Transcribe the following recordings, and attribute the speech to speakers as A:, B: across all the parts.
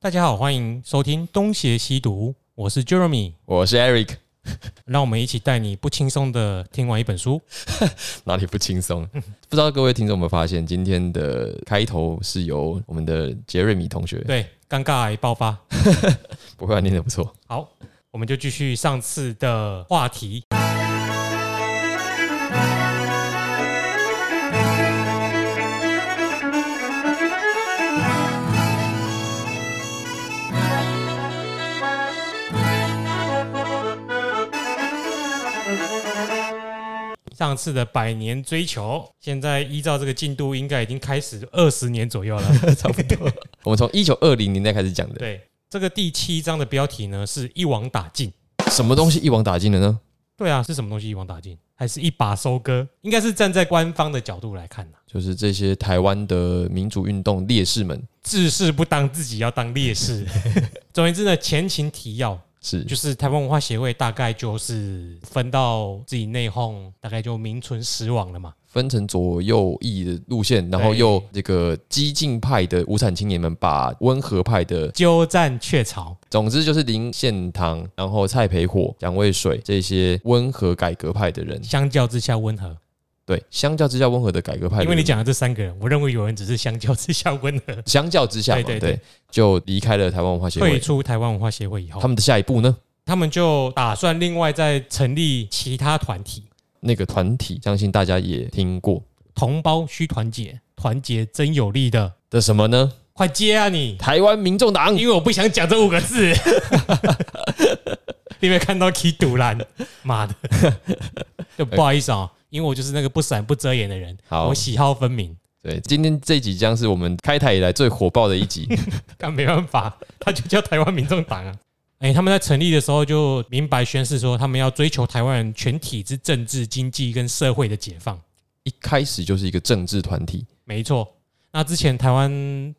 A: 大家好，欢迎收听《东邪西毒》，我是 Jeremy，
B: 我是 Eric，
A: 让我们一起带你不轻松的听完一本书。
B: 哪里不轻松？ 不知道各位听众有没有发现，今天的开头是由我们的杰瑞米同学，
A: 对，尴尬癌爆发。
B: 不会啊，念的 不错。
A: 好，我们就继续上次的话题。上次的百年追求，现在依照这个进度，应该已经开始二十年左右了。
B: 我们从一九二零年代开始讲的，
A: 对，这个第七章的标题呢是一网打尽。
B: 什么东西一网打尽了呢？
A: 对啊，是什么东西一网打尽？还是一把收割？应该是站在官方的角度来看呐、啊
B: 就是这些台湾的民主运动烈士们，
A: 志士不当自己要当烈士。总而言之呢，前情提要
B: 是
A: 就是台湾文化协会大概就是分到自己内讧，大概就名存实亡了嘛。
B: 分成左右翼的路线，然后
A: 对
B: 又这个激进派的无产青年们把温和派的，
A: 鸠占鹊巢，
B: 总之就是林献堂，然后蔡培火、蒋渭水这些温和改革派的人，
A: 相较之下温和。
B: 对，相较之下温和的改革派的人，
A: 因为你讲的这三个人，我认为有人只是相较之下温 和，
B: 相较之下嘛，
A: 对对
B: 对
A: 对
B: 就离开了台湾文化协
A: 退
B: 会。
A: 出台湾文化协会以后，
B: 他们的下一步呢？
A: 他们就打算另外再成立其他团体，
B: 那个团体，相信大家也听过
A: 同胞需团结，团结真有力的，
B: 的什么呢？
A: 快接啊你！
B: 台湾民众党。
A: 因为我不想讲这五个字。你有没有看到 K 堵烂？妈的，就不好意思啊、因为我就是那个不闪不遮掩的人，
B: 好
A: 我喜好分明，
B: 对，今天这几将是我们开台以来最火爆的一集。
A: 但没办法，他就叫台湾民众党啊。哎、他们在成立的时候就明白宣誓说，他们要追求台湾人全体之政治、经济跟社会的解放。
B: 一开始就是一个政治团体，
A: 没错，那之前台湾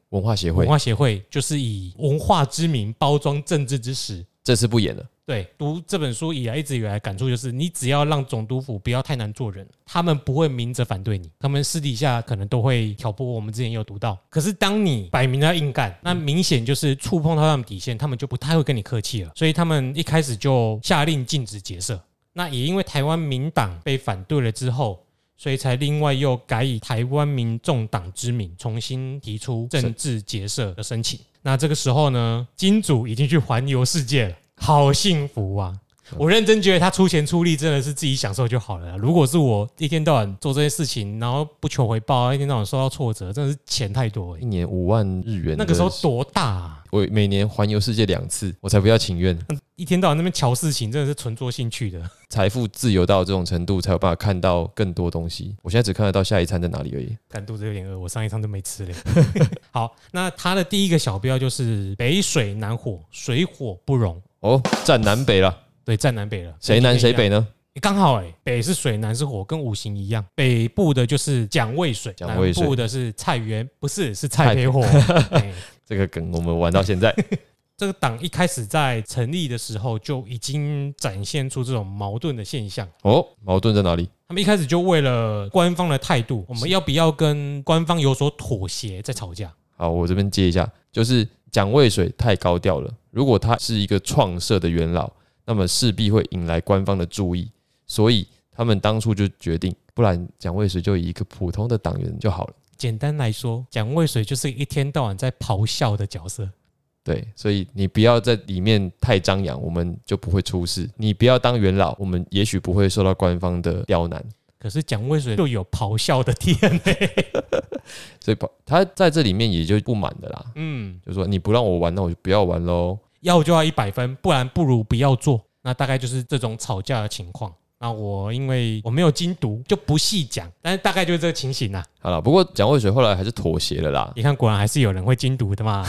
B: 文化协
A: 文
B: 会，
A: 化协会就是以文化之名包装政治之实，
B: 这次不演了。
A: 对，读这本书以来，一直以来感触就是，你只要让总督府不要太难做人，他们不会明着反对你，他们私底下可能都会挑拨。我们之前有读到，可是当你摆明要硬干，那明显就是触碰到他们底线，他们就不太会跟你客气了。所以他们一开始就下令禁止结社。那也因为台湾民党被反对了之后。所以才另外又改以台湾民众党之名重新提出政治结社的申请。那这个时候呢，金主已经去环游世界了，好幸福啊！我认真觉得他出钱出力真的是自己享受就好了啊。如果是我一天到晚做这些事情，然后不求回报，一天到晚受到挫折，真的是钱太多了
B: 一。年五万日元，
A: 那个时候多大、啊？
B: 我每年环游世界两次，我才不要情愿。
A: 一天到晚那边瞧事情，真的是纯做兴趣的。
B: 财富自由到这种程度，才有办法看到更多东西。我现在只看得到下一餐在哪里而已。
A: 干肚子有点饿，我上一餐都没吃嘞。 好，那他的第一个小标就是北水南火，水火不容。
B: 哦，占南北了，
A: 对，站南北了，
B: 谁南谁北呢？
A: 诶？刚好哎、北是水，南是火，跟五行一样。北部的就是蒋渭水，
B: 蒋渭水
A: 南部的是蔡元，不是是蔡培火。 诶
B: 这个梗我们玩到现 在。
A: 这个党一开始在成立的时候就已经展现出这种矛盾的现象。
B: 哦，矛盾在哪里？
A: 他们一开始就为了官方的态度，我们要不要跟官方有所妥协，在吵架。
B: 好，我这边接一下，就是蒋渭水太高调了。如果他是一个创社的元老，那么势必会引来官方的注意，所以他们当初就决定，不然蒋渭水就以一个普通的党员就好了。
A: 简单来说，蒋渭水就是一天到晚在咆哮的角色。
B: 对，所以你不要在里面太张扬，我们就不会出事。你不要当元老，我们也许不会受到官方的刁难。
A: 可是蒋渭水就有咆哮的 DNA，
B: 所以他在这里面也就不满的啦，
A: 嗯，
B: 就说你不让我玩，那我就不要玩喽。
A: 要就要一百分，不然不如不要做。那大概就是这种吵架的情况。那我因为我没有精读，就不细讲，但是大概就是这个情形啦、
B: 好了，不过蒋渭水后来还是妥协了啦。
A: 你看，果然还是有人会精读的 嘛。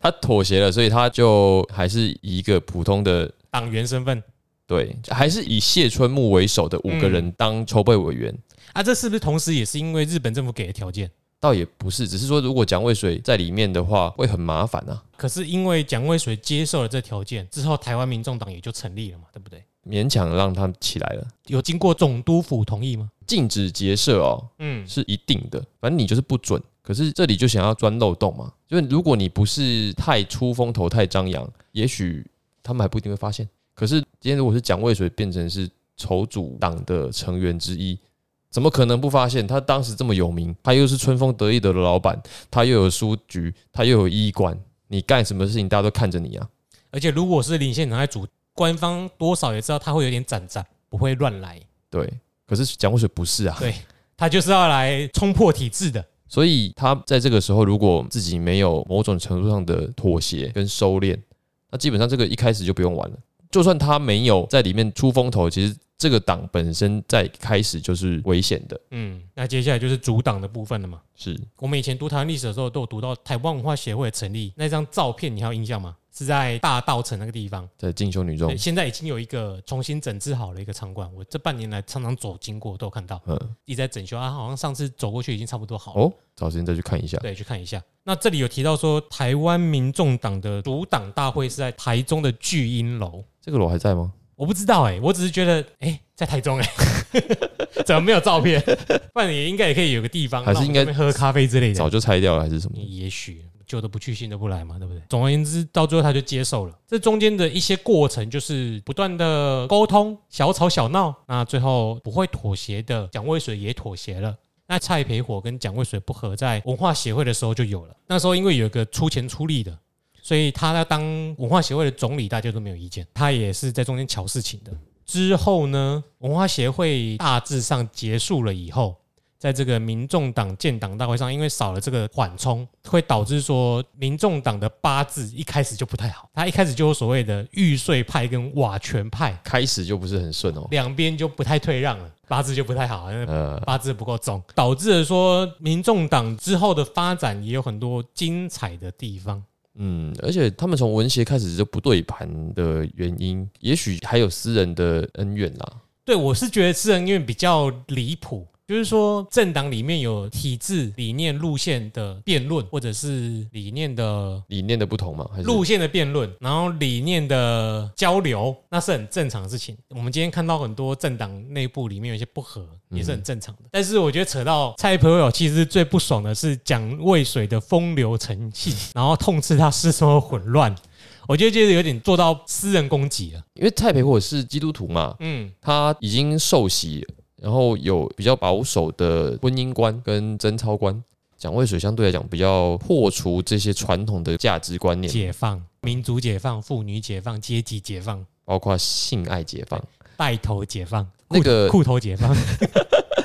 B: 他妥协了，所以他就还是以一个普通的
A: 党员身份
B: 对，还是以谢春木为首的五个人当筹备委员，
A: 啊，这是不是同时也是因为日本政府给的条件？
B: 倒也不是，只是说如果蒋渭水在里面的话，会很麻烦啊，
A: 可是因为蒋渭水接受了这条件之后，台湾民众党也就成立了嘛，对不对？
B: 勉强让他起来了。
A: 有经过总督府同意吗？
B: 禁止结社哦，
A: 嗯，
B: 是一定的，反正你就是不准。可可是这里就想要钻漏洞嘛，就是如果你不是太出风头、太张扬，也许他们还不一定会发现。可是今天如果是蒋渭水变成是筹组党的成员之一，怎么可能不发现？他当时这么有名，他又是春风得意的老板，他又有书局，他又有医馆，你干什么事情大家都看着你啊！
A: 而且如果是林献堂在主，官方多少也知道他会有点攒攒，不会乱来，
B: 对，可是蒋渭水不是啊，
A: 对他就是要来冲破体制的。
B: 所以他在这个时候如果自己没有某种程度上的妥协跟收敛，那基本上这个一开始就不用玩了。就算他没有在里面出风头，其实这个党本身在开始就是危险的。
A: 嗯，那接下来就是主党的部分了嘛。
B: 是
A: 我们以前读台湾历史的时候，都有读到台湾文化协会的成立那张照片，你还有印象吗？是在大道城那个地方，
B: 在进修女中
A: 对，，现在已经有一个重新整治好了一个场馆。我这半年来常常走经过，都有看到
B: 嗯，
A: 一直在整修啊，好像上次走过去已经差不多好了。
B: 哦，找时间再去看一下。
A: 对，去看一下。那这里有提到说，台湾民众党的主党大会是在台中的聚英楼，
B: 这个楼还在吗？
A: 我不知道哎、我只是觉得哎、在台中哎、 怎么没有照片？不然也应该也可以有个地方，
B: 还是
A: 让我们
B: 应该
A: 这边喝咖啡之类的。
B: 早就拆掉了还是什么？
A: 也许旧的不去，新的不来嘛，对不对？总而言之，到最后他就接受了。这中间的一些过程，就是不断的沟通、小吵小闹。那最后不会妥协的蒋渭水也妥协了。那蔡培火跟蒋渭水不和，在文化协会的时候就有了。那时候因为有一个出钱出力的，所以他要当文化协会的总理，大家都没有意见。他也是在中间瞧事情的。之后呢，文化协会大致上结束了以后，在这个民众党建党大会上，因为少了这个缓冲，会导致说民众党的八字一开始就不太好。他一开始就有所谓的玉碎派跟瓦全派，
B: 开始就不是很顺哦。
A: 两边就不太退让了，八字就不太好，那
B: 呃，
A: 八字不够重，导致了说民众党之后的发展也有很多精彩的地方。
B: 嗯，而且他们从文协开始就不对盘的原因，也许还有私人的恩怨啦。
A: 对我是觉得私人院比较离谱。就是说，政党里面有体制、理念、路线的辩论，或者是理念的
B: 理念的不同嘛，还是
A: 路线的辩论，然后理念的交流，那是很正常的事情。我们今天看到很多政党内部里面有一些不和，也是很正
B: 嗯
A: 常的。但是我觉得扯到蔡培友，其实最不爽的是蒋渭水的风流成性，然后痛斥他私生活混乱。我觉得这是有点做到私人攻击了。
B: 因为蔡培火是基督徒嘛，
A: 嗯，
B: 他已经受洗，然后有比较保守的婚姻观跟贞操观。蒋渭水相对来讲比较破除这些传统的价值观念，
A: 解放、民族解放、妇女解放、阶级解放、
B: 包括性爱解放。
A: 带头解放、
B: 那个
A: 裤头解放。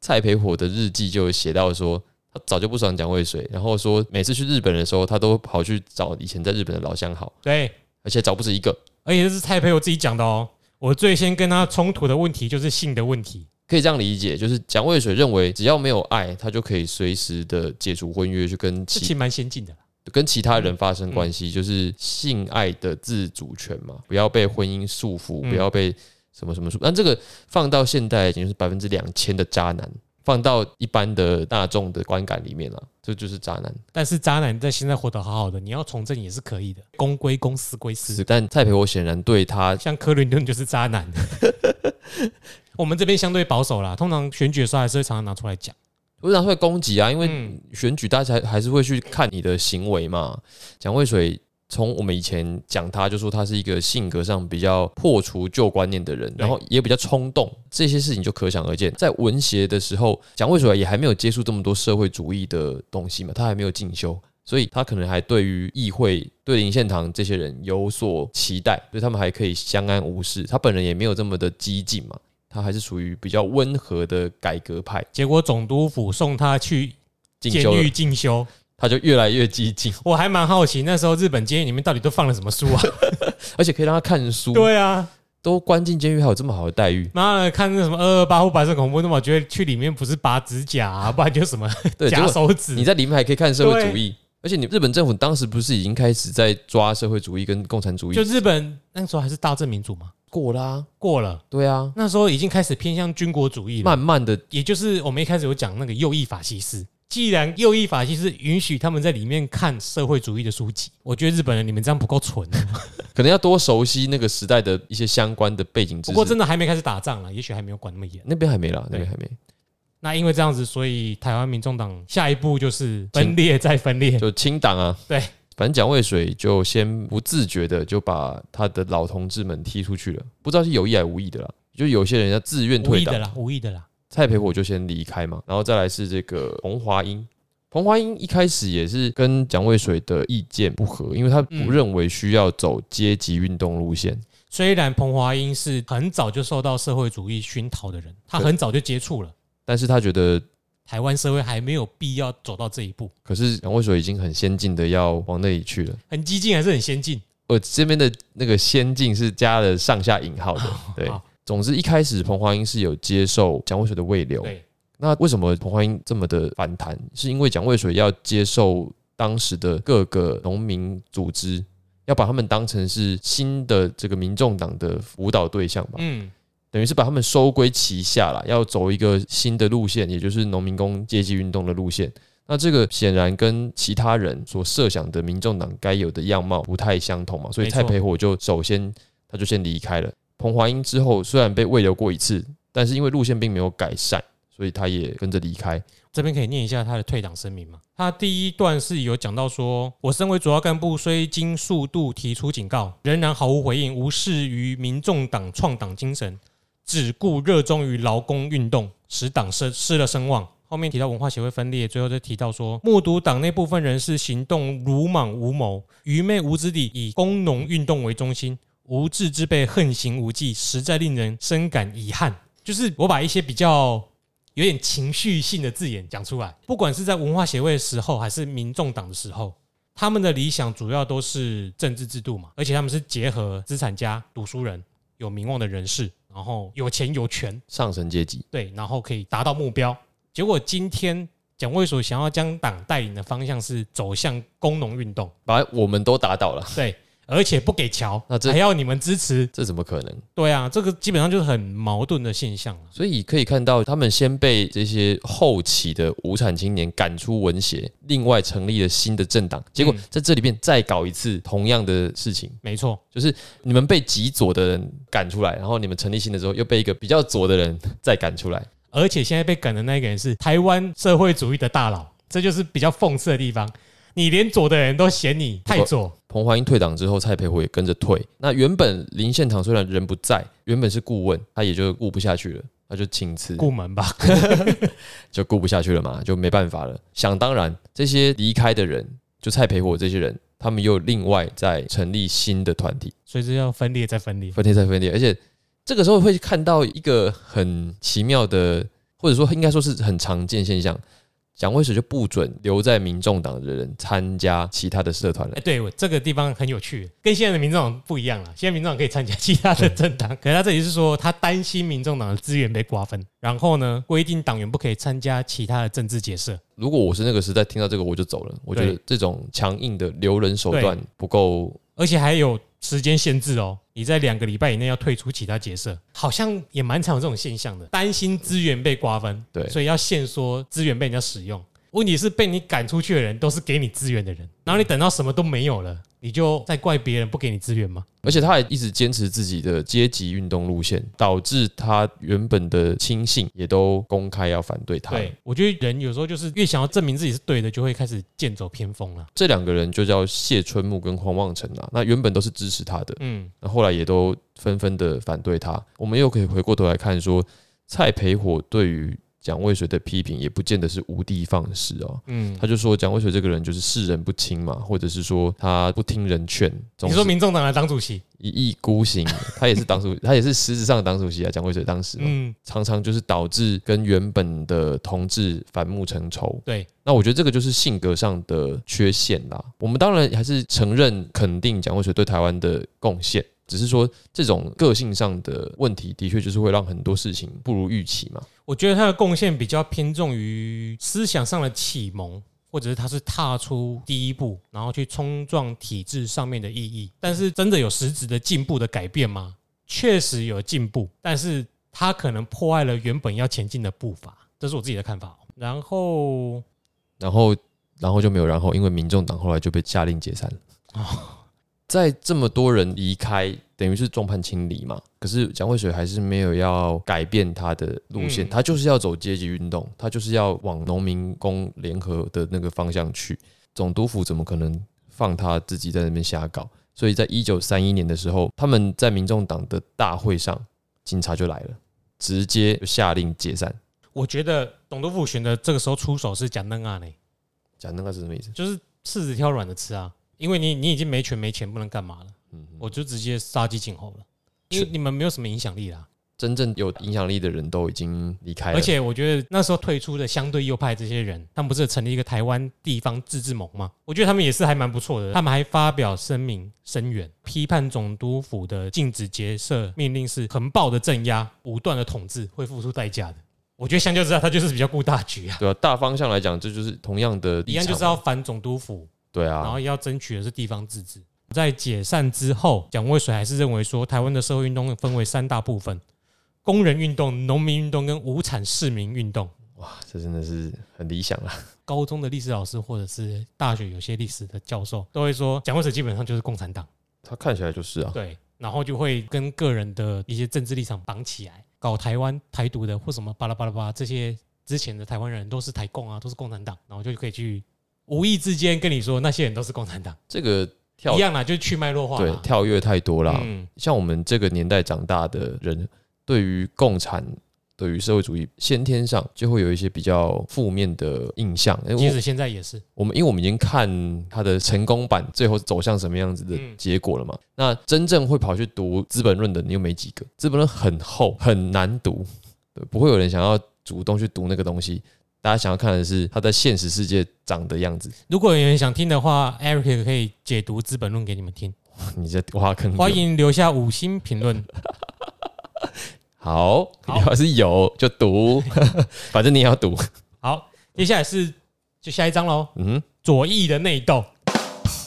B: 蔡培火的日记就有写到说，他早就不爽蒋渭水，然后说每次去日本的时候，他都跑去找以前在日本的老相好，
A: 对，
B: 而且找不止一个。
A: 而且这是蔡培友自己讲的哦。我最先跟他冲突的问题就是性的问题。
B: 可以这样理解，就是蒋渭水认为只要没有爱，他就可以随时的解除婚约，去跟
A: 这
B: 其
A: 其实蛮先进的啦。
B: 跟其他人发生关系，就是性爱的自主权嘛，不要被婚姻束缚，
A: 嗯
B: 不要被什么什么束缚。但这个放到现代已经是百分之两千的渣男，放到一般的大众的观感里面了，这就是渣男。
A: 但是渣男在现在活得好好的，你要从政也是可以的，公归公，私归私。
B: 但蔡培火显然对他
A: 像克林顿就是渣男。 我们这边相对保守啦，通常选举的时候还是会常常拿出来讲。
B: 不是拿出来攻击啊，因为
A: 嗯
B: 选举大家还还是会去看你的行为嘛。蒋渭水从我们以前讲他，就说他是一个性格上比较破除旧观念的人，
A: 对
B: 然后也比较冲动，这些事情就可想而见。在文协的时候，蒋渭水也还没有接触这么多社会主义的东西嘛，他还没有进修。所以他可能还对于议会、对林献堂这些人有所期待，所以他们还可以相安无事。他本人也没有这么的激进嘛，他还是属于比较温和的改革派。
A: 结果总督府送他去
B: 进
A: 监
B: 修了
A: 狱进修，
B: 他就越来越激进，
A: 我还蛮好奇那时候日本监狱里面到底都放了什么书啊？
B: 而且可以让他看书。
A: 对啊，，
B: 都关进监狱还有这么好的待遇
A: 妈的，看那什么二二八或白色恐怖，那么我觉得去里面不是拔指甲、啊，不然就什么
B: 对，结
A: 夹
B: 果
A: 手指
B: 你在里面还可以看社会主义，而且你日本政府当时不是已经开始在抓社会主义跟共产主义
A: 就日本那时候还是大正民主嘛，
B: 过啦、
A: 过了
B: 对啊，
A: 那时候已经开始偏向军国主义了，
B: 慢慢的
A: 也就是我们一开始有讲那个右翼法西斯。既然右翼法西斯允许他们在里面看社会主义的书籍，我觉得日本人你们这样不够纯、 啊。
B: 可能要多熟悉那个时代的一些相关的背景知
A: 不
B: 识。
A: 过真的还没开始打仗了，也许还没有管那么严。
B: 那边还没啦，那
A: 对
B: 边还没。
A: 那因为这样子，所以台湾民众党下一步就是分裂再分裂。
B: 就清党啊。
A: 对，
B: 反正蒋渭水就先不自觉的就把他的老同志们踢出去了，不知道是有意还是无意的啦。就有些人要自愿
A: 无
B: 退
A: 意的
B: 党，
A: 啦，无意的啦。
B: 蔡培火就先离开嘛，然后再来是这个彭华英。彭华英一开始也是跟蒋渭水的意见不合，因为他不
A: 嗯
B: 认为需要走阶级运动路线。
A: 虽然彭华英是很早就受到社会主义熏陶的人，他
B: 对
A: 很早就接触了
B: 但是他觉得，
A: 台湾社会，还没有必要走到这一步。
B: 可是蒋渭水已经很先进的要往那里去了。
A: 很激进还是很先进？
B: 我这边的那个先进是加了上下引号的，对
A: 好。
B: 总之一开始彭华英是有接受蒋渭水的慰留，
A: 对，
B: 那为什么彭淮英这么的反弹？是因为蒋渭水要接受当时的各个农民组织，要把他们当成是新的这个民众党的辅导对象吧，
A: 嗯，
B: 等于是把他们收归旗下啦，要走一个新的路线，也就是农民工阶级运动的路线。那这个显然跟其他人所设想的民众党该有的样貌不太相同嘛，所以
A: 没
B: 蔡
A: 错
B: 培火就首先他就先离开了。彭华英之后虽然被慰留过一次，但是因为路线并没有改善，所以他也跟着离开。
A: 这边可以念一下他的退党声明嘛？他第一段是有讲到说，我身为主要干部，虽经数度提出警告，仍然毫无回应，无视于民众党创党精神，只顾热衷于劳工运动，使党失失了声望。后面提到文化协会分裂，最后再提到说，目睹党内部分人士行动鲁莽无谋、愚昧无知地以工农运动为中心，无志之辈横行无忌，实在令人深感遗憾。就是我把一些比较有点情绪性的字眼讲出来，不管是在文化协会的时候，还是民众党的时候，他们的理想主要都是政治制度嘛，而且他们是结合资产家、读书人、有名望的人士，然后有钱有权，
B: 上层阶级
A: 对，然后可以达到目标。结果今天蒋渭水想要将党带领的方向是走向工农运动，
B: 把我们都打倒了，
A: 对，而且不给桥
B: 那，这
A: 还要你们支持，
B: 这怎么可能？
A: 对啊，这个基本上就是很矛盾的现象了。
B: 所以可以看到，他们先被这些后起的无产青年赶出文协，另外成立了新的政党，结果
A: 嗯
B: 在这里面再搞一次同样的事情，
A: 没错，
B: 就是你们被极左的人赶出来，然后你们成立新的之后，又被一个比较左的人再赶出来。
A: 而且现在被赶的那个人是台湾社会主义的大佬，这就是比较讽刺的地方。你连左的人都嫌你太左，
B: 彭华英退党之后，蔡培火也跟着退。那原本林献堂虽然人不在，原本是顾问，他也就顾不下去了，他就请辞。
A: 顾门吧？
B: 就顾不下去了嘛，就没办法了。想当然，这些离开的人，就蔡培火这些人，他们又另外再成立新的团体，
A: 所以这要分裂再分裂。
B: 分裂再分裂。而且这个时候会看到一个很奇妙的，或者说应该说是很常见现象，蒋渭水就不准留在民众党的人参加其他的社团了
A: 哎，。对我这个地方很有趣，跟现在的民众党不一样了。现在民众党可以参加其他的政党，可是他这里是说他担心民众党的资源被瓜分，然后呢规定党员不可以参加其他的政治结社。
B: 如果我是那个时代听到这个我就走了，我觉得
A: 对
B: 这种强硬的留人手段不够。
A: 而且还有时间限制哦，你在两个礼拜以内要退出其他结社，好像也蛮常有这种现象的，担心资源被瓜分，
B: 对
A: 所以要限缩资源被人家使用。问题是被你赶出去的人都是给你资源的人，然后你等到什么都没有了，你就在怪别人不给你资源吗？
B: 而且他还一直坚持自己的阶级运动路线，导致他原本的亲信也都公开要反对他。
A: 对，我觉得人有时候就是越想要证明自己是对的，就会开始剑走偏锋了。
B: 这两个人就叫谢春木跟黄望成啊，那原本都是支持他的，
A: 嗯，
B: 那后来也都纷纷的反对他。我们又可以回过头来看说，蔡培火对于蒋渭水的批评也不见得是无的放矢哦。
A: 嗯
B: 他，就说蒋渭水这个人就是世人不清嘛，或者是说他不听人劝，总
A: 你
B: 是
A: 说民众党的党主席，
B: 一意孤行。他也是党主，他也是实质上的党主席啊。蒋渭水当时嘛、
A: 嗯，
B: 常常就是导致跟原本的同志反目成仇。
A: 对，
B: 那我觉得这个就是性格上的缺陷啦。我们当然还是承认、肯定蒋渭水对台湾的贡献，只是说这种个性上的问题，的确就是会让很多事情不如预期嘛。
A: 我觉得他的贡献比较偏重于思想上的启蒙，或者是他是踏出第一步，然后去冲撞体制上面的意义。但是真的有实质的进步的改变吗？确实有进步，但是他可能破坏了原本要前进的步伐，这是我自己的看法哦。然后
B: 然后，然后就没有然后，因为民众党后来就被下令解散了。在这么多人离开等于是众叛亲离嘛。可是蒋渭水还是没有要改变他的路线，
A: 嗯
B: 他就是要走阶级运动，他就是要往农民工联合的那个方向去。总督府怎么可能放他自己在那边瞎搞？所以在一九三一年的时候，他们在民众党的大会上，警察就来了，直接就下令解散。
A: 我觉得总督府选的这个时候出手是讲嫩啊呢，
B: 讲那个是什么意思？
A: 就是柿子挑软的吃啊，因为你你已经没权没钱，不能干嘛了，
B: 嗯，
A: 我就直接杀鸡儆猴了，因为
B: 是
A: 你们没有什么影响力啦。
B: 真正有影响力的人都已经离开了，
A: 而且我觉得那时候退出的相对右派这些人，他们不是成立一个台湾地方自治盟吗？我觉得他们也是还蛮不错的，他们还发表声明声援，批判总督府的禁止结社命令是横暴的镇压、武断的统治，会付出代价的。我觉得相较之下，他就是比较顾大局啊，
B: 对啊，大方向来讲，这就是同样的立
A: 一样
B: 场
A: 就是要反总督府，
B: 对
A: 然
B: 啊
A: 后，要争取的是地方自治。在解散之后，蒋渭水还是认为说，台湾的社会运动分为三大部分：工人运动、农民运动跟无产市民运动。
B: 哇，这真的是很理想啊。
A: 高中的历史老师或者是大学有些历史的教授都会说，蒋渭水基本上就是共产党，
B: 他看起来就是啊，
A: 对，然后就会跟个人的一些政治立场绑起来，搞台湾台独的或什么巴拉巴拉巴拉这些之前的台湾人都是台共啊，都是共产党，然后就可以去无意之间跟你说那些人都是共产党
B: 这个跳
A: 一样啊啦，就是去脉络化
B: 对
A: 啦，
B: 跳跃太多啦。
A: 嗯，
B: 像我们这个年代长大的人，对于共产、对于社会主义，先天上就会有一些比较负面的印象。哎，
A: 即
B: 我
A: 使现在也是，
B: 我们因为我们已经看他的成功版最后走向什么样子的
A: 嗯
B: 结果了嘛，那真正会跑去读《资本论》的你又没几个，《资本论》很厚很难读，对，不会有人想要主动去读那个东西。大家想要看的是他在现实世界长的样子，
A: 如果有人想听的话，Eric 也可以解读《资本论》给你们听，
B: 你在挖坑。
A: 欢迎留下五星评论。
B: 好，
A: 好
B: 要是有就读， 反正你也要读。
A: 好，接下来是就下一章喽，
B: 嗯哼，
A: 左翼的内斗。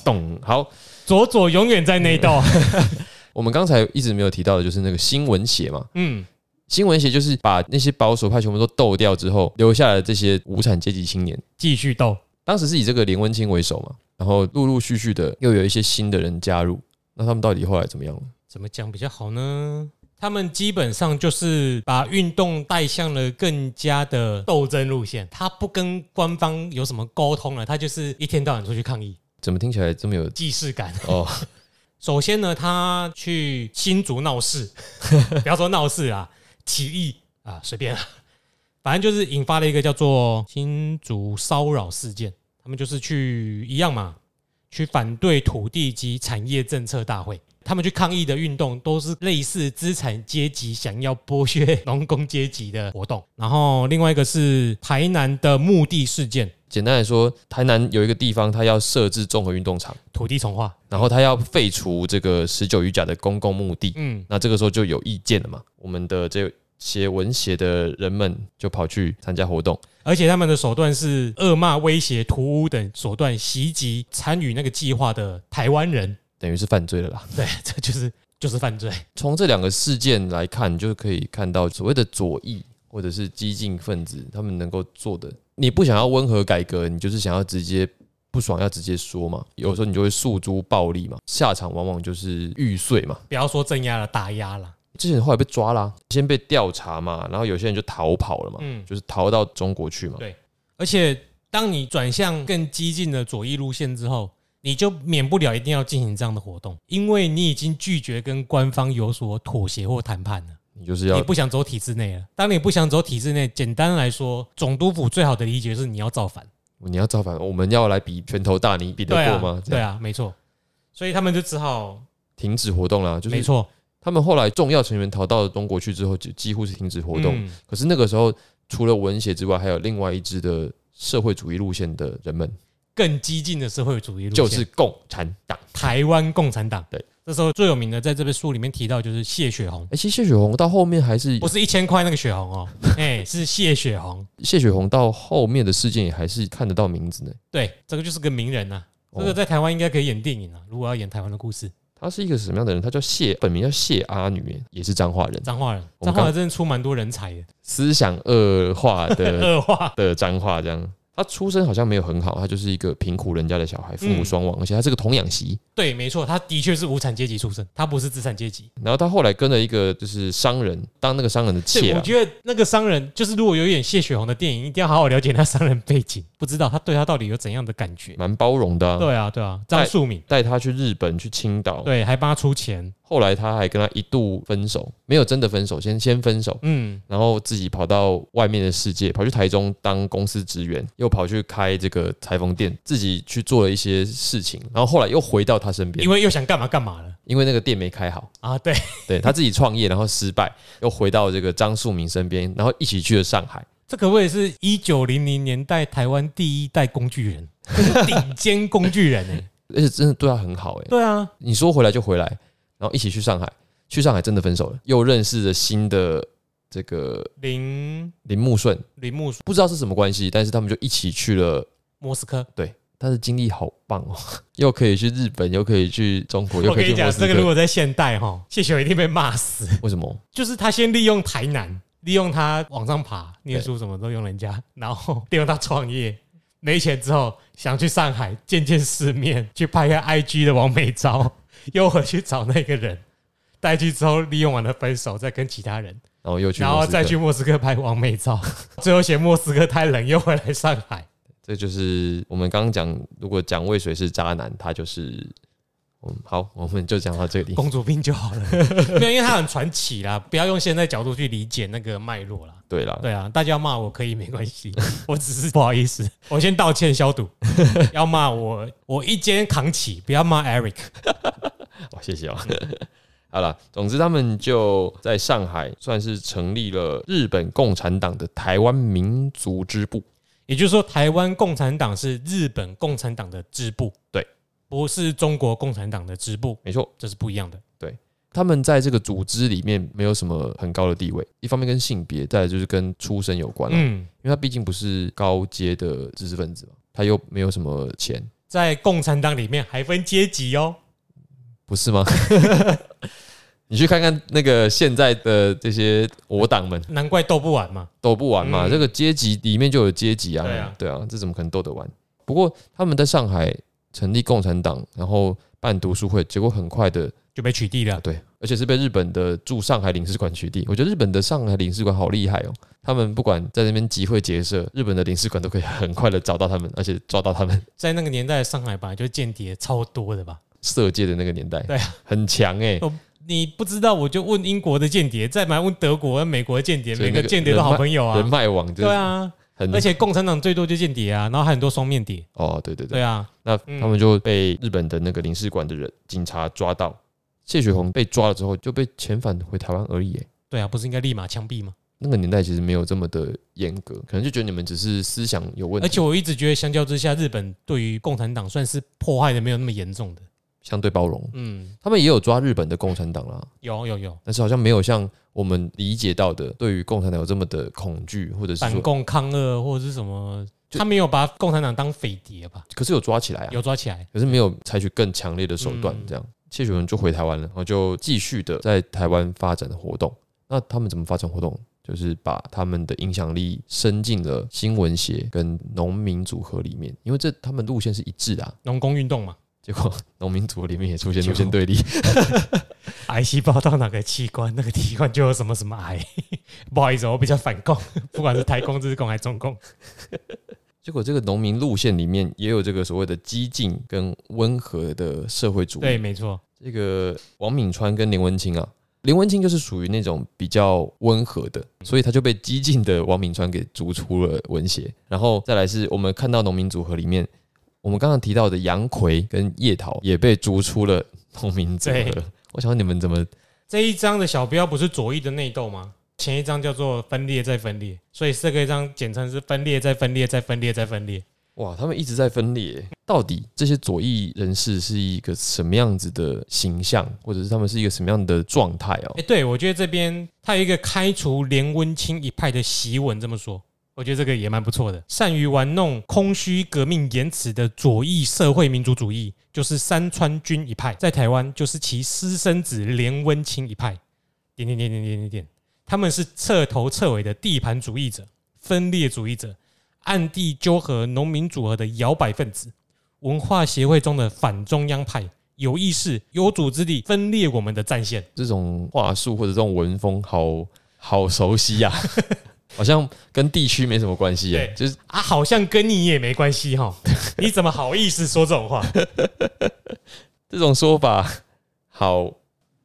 B: 懂。好，
A: 左左永远在内斗。
B: 我们刚才一直没有提到的就是那个新闻写嘛，
A: 嗯，
B: 新闻写就是把那些保守派全部都斗掉之后，留下了这些无产阶级青年。
A: 继续斗。
B: 当时是以这个连温清为首嘛，然后陆陆续续的又有一些新的人加入，那他们到底后来怎么样了？
A: 怎么讲比较好呢？他们基本上就是把运动带向了更加的斗争路线，他不跟官方有什么沟通了，他就是一天到晚出去抗议，
B: 怎么听起来这么有
A: 既视感。
B: 哦？
A: 首先呢，他去新竹闹事，不要说闹事啊，起义啊，随便啊，反正就是引发了一个叫做新竹骚扰事件。他们就是去一样嘛，去反对土地及产业政策大会。他们去抗议的运动都是类似资产阶级想要剥削农工阶级的活动。然后另外一个是台南的墓地事件，
B: 简单来说，台南有一个地方，它要设置综合运动场，
A: 土地重划。
B: 然后它要废除这个十九余甲的公共墓地。
A: 嗯，
B: 那这个时候就有意见了嘛，我们的这些文协的人们就跑去参加活动，
A: 而且他们的手段是恶骂、威胁、屠污等手段袭击参与那个计划的台湾人。
B: 等于是犯罪了啦。
A: 对，这就是就是犯罪。
B: 从这两个事件来看，你就可以看到所谓的左翼或者是激进分子，他们能够做的，你不想要温和改革，你就是想要直接不爽要直接说嘛，有时候你就会诉诸暴力嘛，下场往往就是玉碎嘛。
A: 不要说镇压了，打压了。
B: 这些人后来被抓啦，先被调查嘛，然后有些人就逃跑了嘛，
A: 嗯
B: 就是逃到中国去嘛
A: 对。而且当你转向更激进的左翼路线之后，你就免不了一定要进行这样的活动，因为你已经拒绝跟官方有所妥协或谈判了。
B: 你就是
A: 你
B: 要
A: 不想走体制内了。当你不想走体制内，简单来说，总督府最好的理解是你要造反。
B: 你要造反，我们要来比拳头大，你比得
A: 对
B: 过
A: 啊
B: 吗？，这
A: 对
B: 样
A: 啊，没错。所以他们就只好，
B: 停止活动啦，就
A: 没
B: 是
A: 错，
B: 他们后来重要成员逃到中国去之后，就几乎是停止活动。
A: 嗯
B: 可是那个时候，除了文协之外，还有另外一支的社会主义路线的人们，
A: 更激进的社会主义路线，
B: 就是共产党。
A: 台湾共产党。
B: 对，
A: 这时候最有名的，在这本书里面提到就是谢雪红，
B: 而且谢雪红到后面还是
A: 不是一千块那个雪红哦， 哎，是谢雪红。
B: 谢雪红到后面的事件也还是看得到名字呢。
A: 对，这个就是个名人呐、啊这
B: 哦
A: 个在台湾应该可以演电影啊，如果要演台湾的故事，
B: 她是一个什么样的人？她叫谢，本名叫谢阿女，也是彰化人，
A: 彰化人，
B: 我
A: 彰
B: 们
A: 化
B: 刚
A: 人真的出蛮多人才的，
B: 思想恶化的
A: 恶化。
B: 的彰化这样。他出身好像没有很好，他就是一个贫苦人家的小孩，父母
A: 嗯
B: 双亡，而且他是个童养媳。
A: 对，没错，他的确是无产阶级出身，他不是资产阶级。
B: 然后他后来跟了一个就是商人，当那个商人的妾
A: 对，我
B: 啊，
A: 觉得那个商人，就是如果有演谢雪红的电影，一定要好好了解那商人背景，不知道他对他到底有怎样的感觉。
B: 蛮包容的、啊，
A: 对啊，对啊，张素敏，
B: 带他去日本去青岛。
A: 对，还帮他出钱，
B: 后来他还跟他一度分手，没有真的分手，先先分手，
A: 嗯，
B: 然后自己跑到外面的世界，跑去台中当公司职员，又跑去开这个裁缝店，自己去做了一些事情，然后后来又回到他身边，
A: 因
B: 因为
A: 为又想干嘛干嘛了
B: 那个店没开好，
A: 啊，对，
B: 对他自己创业，然后失败，又回到这个张树明身边，然后一起去了上海。
A: 这可不可以是一九零零年代台湾第一代工具 人，这是顶尖工具人哎、
B: 而且真的 对他很好哎、
A: 对啊，
B: 你说回来就回来，然后一起去上海，去上海真的分手了，又认识了新的这个
A: 林
B: 林木顺，
A: 林木
B: 不知道是什么关系，但是他们就一起去了。
A: 莫斯科，
B: 他的经历好棒哦， 又可以去日本，又可以去中国，又
A: 我
B: 可
A: 跟
B: 以
A: 你
B: 去莫
A: 讲，
B: 斯
A: 这个如
B: 科。
A: 果在现代哈，谢雪红一定被骂死。
B: 为什么？
A: 就是他先利用台南，利用他往上爬，念书什么都用人家，然后利用他创业，没钱之后想去上海见见世面，去拍个 IG 的完美照，又回去找那个人，带去之后利用完了分手，再跟其他人，
B: 然后又去，
A: 然后再去，莫斯科拍完美照，最后嫌莫斯科太冷，又回来上 海。
B: 这就是我们刚刚讲，如果蒋渭水是渣男，他就是，嗯，好，我们就讲到这里。
A: 公主病就好了， 没有，因为他很传奇啦，不要用现在角度去理解那个脉络啦。
B: 对啦，
A: 对啊，大家骂我可以没关 系，我只是不好意思，我先道歉消毒。要骂我，我一肩扛起，不要骂 Eric。
B: 哇，谢谢哦。 好了，总之他们就在上海算是成立了日本共产党的台湾民族支部。
A: 也就是说，台湾共产党是日本共产党的支部，
B: 对，
A: 不是中国共产党的支部，
B: 没错，
A: 这是不一样的。
B: 他们在这个组织里面没有什么很高的地位，一方面跟性别，再来就是跟出身有关了、
A: 嗯，
B: 因为他毕竟不是高阶的知识分子嘛，他又没有什么钱，
A: 在共产党里面还分阶级哦。
B: 不是吗？你去看看那个现在的这些我党们
A: 难怪斗不完嘛。
B: 斗不完嘛，
A: 嗯
B: 这个阶级里面就有阶级啊，
A: 对啊
B: 这怎么可能斗得完？不过他们在上海成立共产党，然后办读书会，结果很快的，
A: 就被取缔了，
B: 对，而且是被日本的驻上海领事馆取缔。我觉得日本的上海领事馆好厉害哦，他们不管在那边集会结社，日本的领事馆都可以很快的找到他们，而且抓到他们。
A: 在那个年代，上海本来就间谍超多的吧？
B: 色戒的那个年代，
A: 对啊，
B: 很强哎、
A: 你不知道我就问英国的间谍，再来问德国、美国的间谍，
B: 所以
A: 每
B: 那个
A: 个间谍都好朋友啊
B: 人。脉网就是
A: 对啊，
B: 很，
A: 而且共产党最多就间谍啊，然后还很多双面谍。
B: 哦，对对对
A: 对，啊，
B: 那
A: 嗯
B: 他们就被日本的那个领事馆的人警察抓到，谢雪红被抓了之后就被遣返回台湾而已耶。欸
A: 对啊，不是应该立马枪毙吗？
B: 那个年代其实没有这么的严格，可能就觉得你们只是思想有问题，
A: 而且我一直觉得，相较之下，日本对于共产党算是迫害的没有那么严重的。
B: 相对包容。
A: 嗯，
B: 他们也有抓日本的共产党啦，
A: 有有有，
B: 但是好像没有像我们理解到的对于共产党有这么的恐惧，或者是
A: 反
B: 说，
A: 共抗俄或者是什么，
B: 就
A: 他没有把共产党当匪谍吧？
B: 可是有抓起来啊，
A: 有抓起来。
B: 可是没有采取更强烈的手段，
A: 嗯
B: 这样、谢雪文就回台湾了，然后就继续的在台湾发展活动。那他们怎么发展活动？就是把他们的影响力伸进了新闻协跟农民组合里面，因为这他们路线是一致的、啊。
A: 农工运动嘛，
B: 结果农民组合里面也出现
A: 结
B: 路
A: 果
B: 线对立，
A: 癌细胞到哪个器官，那个器官就有什么什么癌。 不好意思哦，我比较反共， 不管是台共、日共还是中共。
B: 结果这个农民路线里面也有这个所谓的激进跟温和的社会主义。
A: 对，没错。
B: 这个王敏川跟林文清啊，林文清就是属于那种比较温和的，所以他就被激进的王敏川给逐出了文协。然后再来是我们看到农民组合里面，我们刚刚提到的杨奎跟叶桃也被逐出了农民组合
A: 对。
B: 我想问你们怎么
A: 这一章的小标不是左翼的内斗吗？前一章叫做分裂再分裂，所以这个一章简称是分裂再分裂再分裂再分裂。
B: 哇？他们一直在分裂，欸到底这些左翼人士是一个什么样子的形象，或者是他们是一个什么样的状态哦
A: 哎、？对我觉得这边它有一个开除连温清一派的檄文，这么说，我觉得这个也蛮不错的。善于玩弄空虚革命言辞的左翼社会民主主义，就是山川军一派，在台湾就是其私生子连温清一派。点点点点点点点，他们是彻头彻尾的地盘主义者、分裂主义者、暗地纠合农民组合的摇摆分子，文化协会中的反中央派，有意识、有组织地分裂我们的战线。
B: 这种话术或者这种文风好好熟悉啊呀、 好像跟地区没什么关系耶，
A: 对
B: 就是
A: 啊，好像跟你也没关系哈，你怎么好意思说这种话？
B: 这种说法好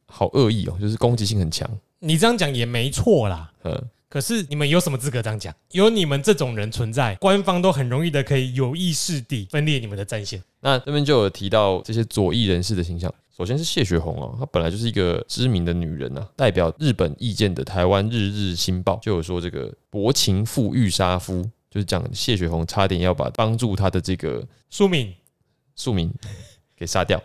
B: 好恶意哦，就是攻击性很强。
A: 你这样讲也没错啦。
B: 嗯，
A: 可是你们有什么资格这样讲？有你们这种人存在，官方都很容易的可以有意识地分裂你们的战线。
B: 那这边就有提到这些左翼人士的形象。首先是谢雪红哦，她本来就是一个知名的女人啊，代表日本意见的台湾《日日新报》就有说，这个薄情妇御杀夫，就是讲谢雪红差点要把帮助她的这个
A: 苏敏，
B: 庶民给杀掉，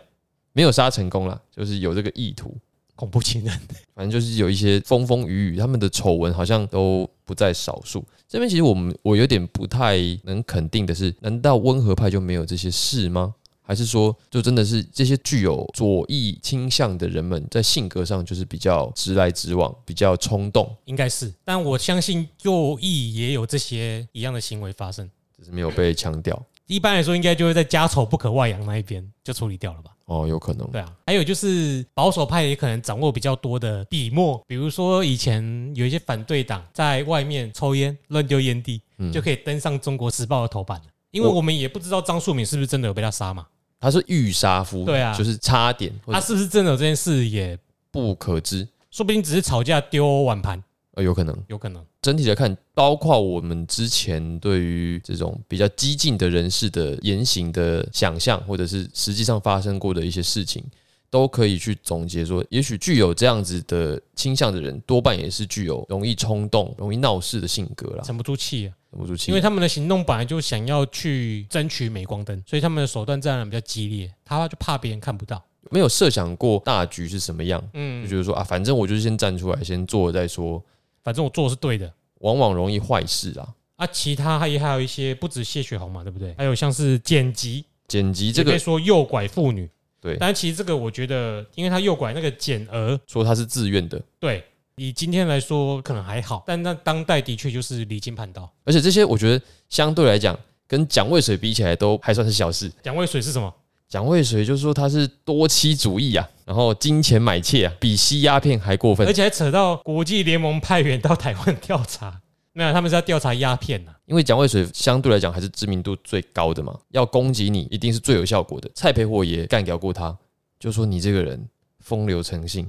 B: 没有杀成功啦，就是有这个意图。
A: 恐怖情人，
B: 反正就是有一些风风雨雨，他们的丑闻好像都不在少数。这边其实我们我有点不太能肯定的是，难道温和派就没有这些事吗？还是说，就真的是这些具有左翼倾向的人们，在性格上就是比较直来直往，比较冲动，
A: 应该是，但我相信右翼也有这些一样的行为发生。
B: 只是没有被强调？
A: 一般来说，应该就会在家丑不可外扬那一边就处理掉了吧？
B: 哦，有可能。
A: 对啊，还有就是保守派也可能掌握比较多的笔墨，比如说以前有一些反对党在外面抽烟乱丢烟蒂，
B: 嗯
A: 就可以登上《中国时报》的头版了。因为
B: 我
A: 我们也不知道张树敏是不是真的有被他杀嘛，
B: 他是御杀夫，
A: 对啊
B: 就是差点嗯或
A: 他
B: 者
A: 是不是真的有这件事也
B: 不可知，
A: 说不定只是吵架丢碗盘，
B: 呃，有可能。
A: 有可能。
B: 整体来看，包括我们之前对于这种比较激进的人士的言行的想象，或者是实际上发生过的一些事情，都可以去总结说，也许具有这样子的倾向的人，多半也是具有容易冲动、容易闹事的性格啦。
A: 沉不住气、啊，
B: 忍不住气，
A: 因为他们的行动本来就想要去争取镁光灯，所以他们的手段自然比较激烈，他就怕别人看不到。
B: 没有设想过大局是什么样，就
A: 嗯，
B: 觉得说啊，反正我就是先站出来，先做了再说，
A: 反正我做的是对的。
B: 往往容易坏事啊。
A: 啊，其他还还有一些不止谢雪红嘛，对不对？还有像是剪辑，
B: 剪辑这
A: 这个
B: 个
A: 说诱拐妇女，
B: 对
A: 但其实这个我觉得，因为他诱拐那个简儿，
B: 说他是自愿的，
A: 对，以今天来说可能还好，但那当代的确就是离经叛道。
B: 而且这些我觉得相对来讲，跟蒋渭水比起来都还算是小事。
A: 蒋渭水是什么？
B: 蒋渭水就说他是多妻主义啊，然后金钱买妾啊，比吸鸦片还过
A: 而
B: 分。
A: 且还扯到国际联盟派员到台湾调查， 没有，他们是要调查鸦片啊呐、
B: 因为蒋渭水相对来讲还是知名度最高的嘛，要攻击你一定是最有效果的。蔡培火也干掉过他，就说你这个人风流成性，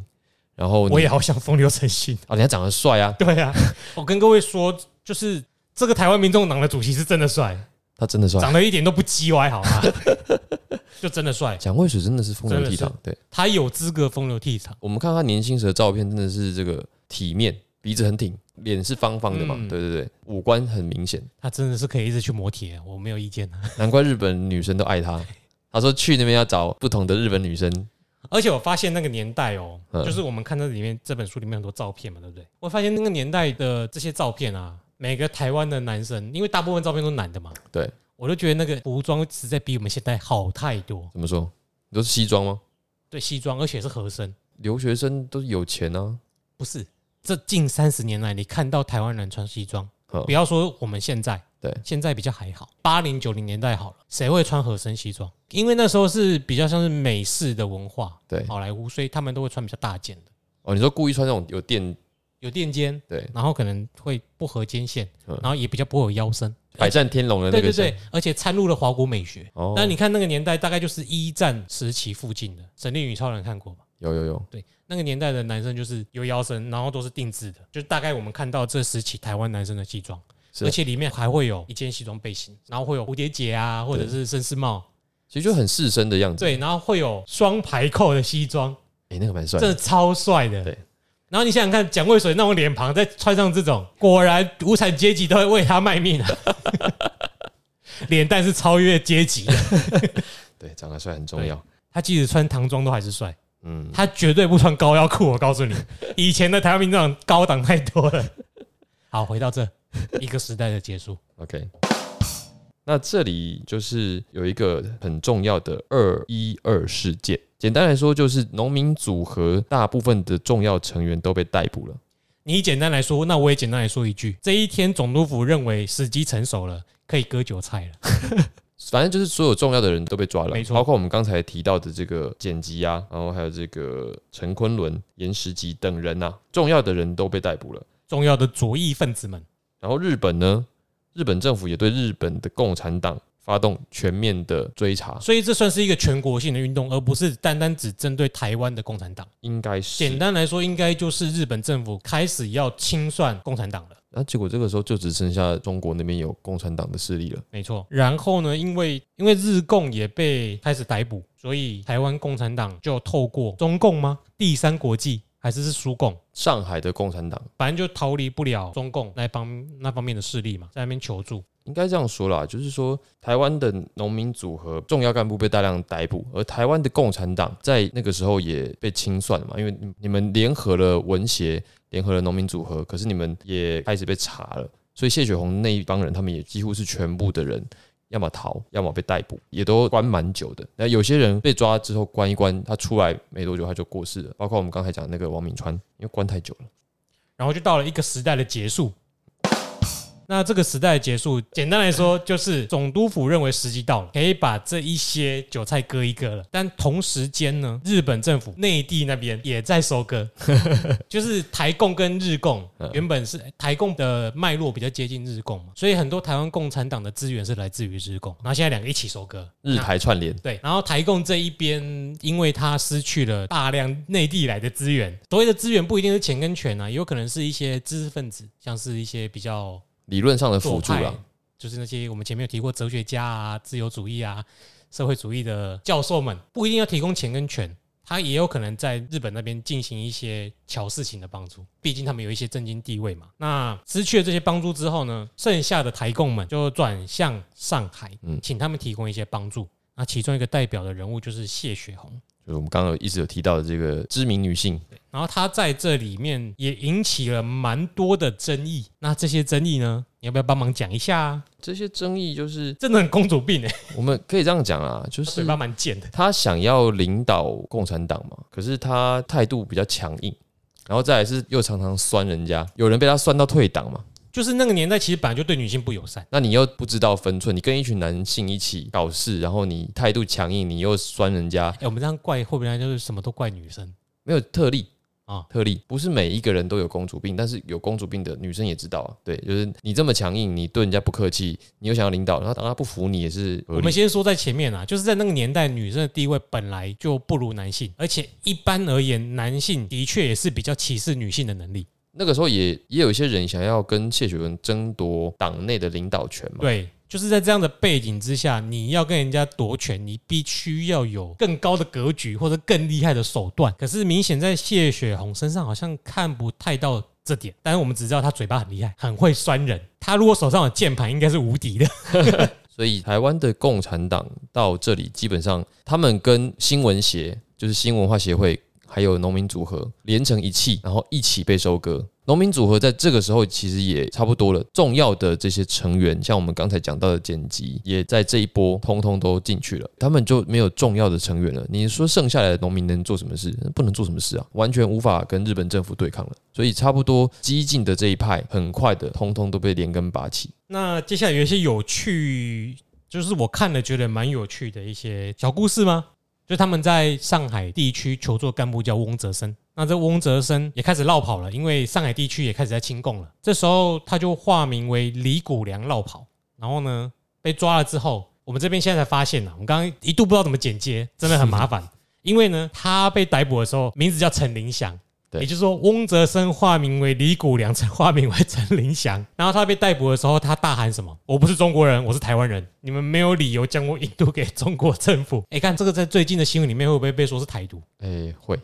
B: 然哦后你啊
A: 我也好想风流成性。
B: 啊，人家长得帅啊，
A: 对 啊，我跟各位说，就是这个台湾民众党的主席是真的帅，
B: 他真的帅。
A: 长得一点都不叽歪，好 吗？就真的帅，
B: 蒋渭水真的是风流倜傥
A: 真的，
B: 对
A: 他有资格风流倜傥。
B: 我们看他年轻时的照片，真的是这个体面，鼻子很挺，脸是方方的嘛，
A: 嗯
B: 对对对，五官很明显。
A: 他真的是可以一直去磨铁，我没有意见。
B: 难怪日本女生都爱他。他说去那边要找不同的日本女生，
A: 而且我发现那个年代哦，
B: 嗯
A: 就是我们看这里面这本书里面很多照片嘛，对不对？我发现那个年代的这些照片啊，每个台湾的男生，因为大部分照片都是男的嘛，
B: 对，
A: 我就觉得那个服装实在比我们现在好太多。
B: 怎么说？你都是西装吗？
A: 对，西装，而且是合身，
B: 留学生都是有钱啊，
A: 不是这近三十年来，你看到台湾人穿西装，
B: 嗯
A: 不要说我们现在，
B: 对
A: 现在比较还好，八零九零年代好了，谁会穿合身西装？因为那时候是比较像是美式的文化，
B: 对
A: 好莱坞，所以他们都会穿比较大件的，
B: 哦，你说故意穿那种有垫，
A: 有垫肩，
B: 对，
A: 然后可能会不合肩线，
B: 嗯
A: 然后也比较不会有腰身，
B: 百战天龙的
A: 对
B: 那个
A: 对
B: 像，
A: 对，而且掺入了华国美学。
B: 哦，
A: 那你看那个年代，大概就是一战时期附近的《神力女超人》看过吧？
B: 有有有，
A: 对，那个年代的男生就是有腰身，然后都是定制的，就是大概我们看到这时期台湾男生的西装，
B: 是
A: 而且里面还会有一件西装背心，然后会有蝴蝶结啊，或者是绅士帽，
B: 其实就很适身的样子，
A: 对，然后会有双排扣的西装，
B: 哎，那个蛮帅
A: 真
B: 的，
A: 的超帅的。
B: 对。
A: 然后你想想看，蒋渭水那种脸庞，再穿上这种，果然无产阶级都会为他卖命啊！脸蛋是超越阶级的，
B: 对，长得帅很重要，
A: 他即使穿唐装都还是帅，
B: 嗯，
A: 他绝对不穿高腰裤。我告诉你，以前的台湾民众党高档太多了。好，回到这一个时代的结束，
B: OK，那这里就是有一个很重要的二一二事件。简单来说，就是农民组合大部分的重要成员都被逮捕了。
A: 你简单来说，那我也简单来说一句：这一天，总督府认为时机成熟了，可以割韭菜了。
B: 反正就是所有重要的人都被抓了
A: 没，错
B: 包括我们刚才提到的这个剪辑啊，然后还有这个陈昆仑、严石吉等人呐、重要的人都被逮捕了。
A: 重要的左翼分子们，
B: 然后日本呢，日本政府也对日本的共产党发动全面的追查，
A: 所以这算是一个全国性的运动，而不是单单只针对台湾的共产党。
B: 应该是
A: 简。单来说，应该就是日本政府开始要清算共产党了。
B: 那、结果这个时候就只剩下中国那边有共产党的势力了。
A: 没错，然后呢，因为因为日共也被开始逮捕，所以台湾共产党就透过中共吗？第三国际还是是苏共？
B: 上海的共产党
A: 反正就逃离不了中共那方那方面的势力嘛，在那边求助。
B: 应该这样说啦，就是说台湾的农民组合重要干部被大量逮捕，而台湾的共产党在那个时候也被清算嘛，因为你你们联合了文协，联合了农民组合，可是你们也开始被查了，所以谢雪红那一帮人，他们也几乎是全部的人。要么逃，要么被逮捕，也都关蛮久的。那有些人被抓之后关一关，他出来没多久他就过世了，包括我们刚才讲的那个王敏川，因为关太久了。
A: 然后就到了一个时代的结束。那这个时代的结束，简单来说就是总督府认为时机到了，可以把这一些韭菜割一割了。但同时间呢，日本政府内地那边也在收 割，就是台共跟日共
B: 嗯
A: 原本是台共的脉络比较接近日共嘛，所以很多台湾共产党的资源是来自于日共，然后现在两个一起收割，
B: 日台串联，
A: 对，然后台共这一边，因为他失去了大量内地来的资源，所谓的资源不一定是钱跟权啊，也有可能是一些知识分子，像是一些比较
B: 理论上的
A: 左
B: 辅助
A: 派
B: 啦，，
A: 就是那些我们前面有提过哲学家啊、自由主义啊、社会主义的教授们，不一定要提供钱跟权。他也有可能在日本那边进行一些巧事情的帮助，毕竟他们有一些政经地位嘛。那失去了这些帮助之后呢，剩下的台共们就转向上海，
B: 嗯
A: 请他们提供一些帮助。那其中一个代表的人物就是谢雪红，
B: 就是我们刚刚有一直有提到的这个知名女性，
A: 然后他在这里面也引起了蛮多的争议。那这些争议呢，你要不要帮忙讲一下、啊？
B: 这些争议就是
A: 真的很公主病哎、
B: 我们可以这样讲啊，就
A: 嘴
B: 是
A: 巴蛮贱的。
B: 他想要领导共产党嘛，可是他态度比较强硬，然后再来是又常常酸人家，有人被他酸到退党嘛，
A: 就是那个年代其实本来就对女性不友善，
B: 那你又不知道分寸，你跟一群男性一起搞事，然后你态度强硬，你又酸人家，
A: 哎、我们这样怪会不会就是什么都怪女生？
B: 没有特例
A: 啊
B: 特例不是每一个人都有公主病，但是有公主病的女生也知道啊。对，就是你这么强硬，你对人家不客气，你又想要领导，然后当他不服你也是合
A: 我
B: 理
A: 们先说在前面啊，就是在那个年代，女生的地位本来就不如男性，而且一般而言，男性的确也是比较歧视女性的能力。
B: 那个时候也也有一些人想要跟谢雪文争夺党内的领导权嘛。
A: 对，就是在这样的背景之下，你要跟人家夺权，你必须要有更高的格局或者更厉害的手段。可是明显在谢雪红身上好像看不太到这点，但是我们只知道她嘴巴很厉害，很会酸人。她如果手上有键盘，应该是无敌的。
B: 所以台湾的共产党到这里，基本上他们跟新闻协，就是新文化协会，还有农民组合连成一气，然后一起被收割。农民组合在这个时候其实也差不多了，重要的这些成员，像我们刚才讲到的剪辑，也在这一波通通都进去了，他们就没有重要的成员了。你说剩下来的农民能做什么事？不能做什么事啊，完全无法跟日本政府对抗了。所以差不多激进的这一派，很快的通通都被连根拔起。
A: 那接下来有一些有趣，就是我看了觉得蛮有趣的一些小故事吗？就他们在上海地区求助的干部叫翁泽生，那这翁泽生也开始落跑了，因为上海地区也开始在清共了。这时候他就化名为李谷良落跑，然后呢被抓了之后，我们这边现在才发现了，啊我们刚刚一度不知道怎么剪接，真的很麻烦。因为呢，他被逮捕的时候名字叫陈林祥，
B: 对
A: 也就是说翁泽生化名为李谷良，曾化名为陈林祥。然后他被逮捕的时候，他大喊什么？我不是中国人，我是台湾人，你们没有理由将我引渡给中国政府。 哎，看这个在最近的新闻里面会不会被说是台独
B: 哎、会。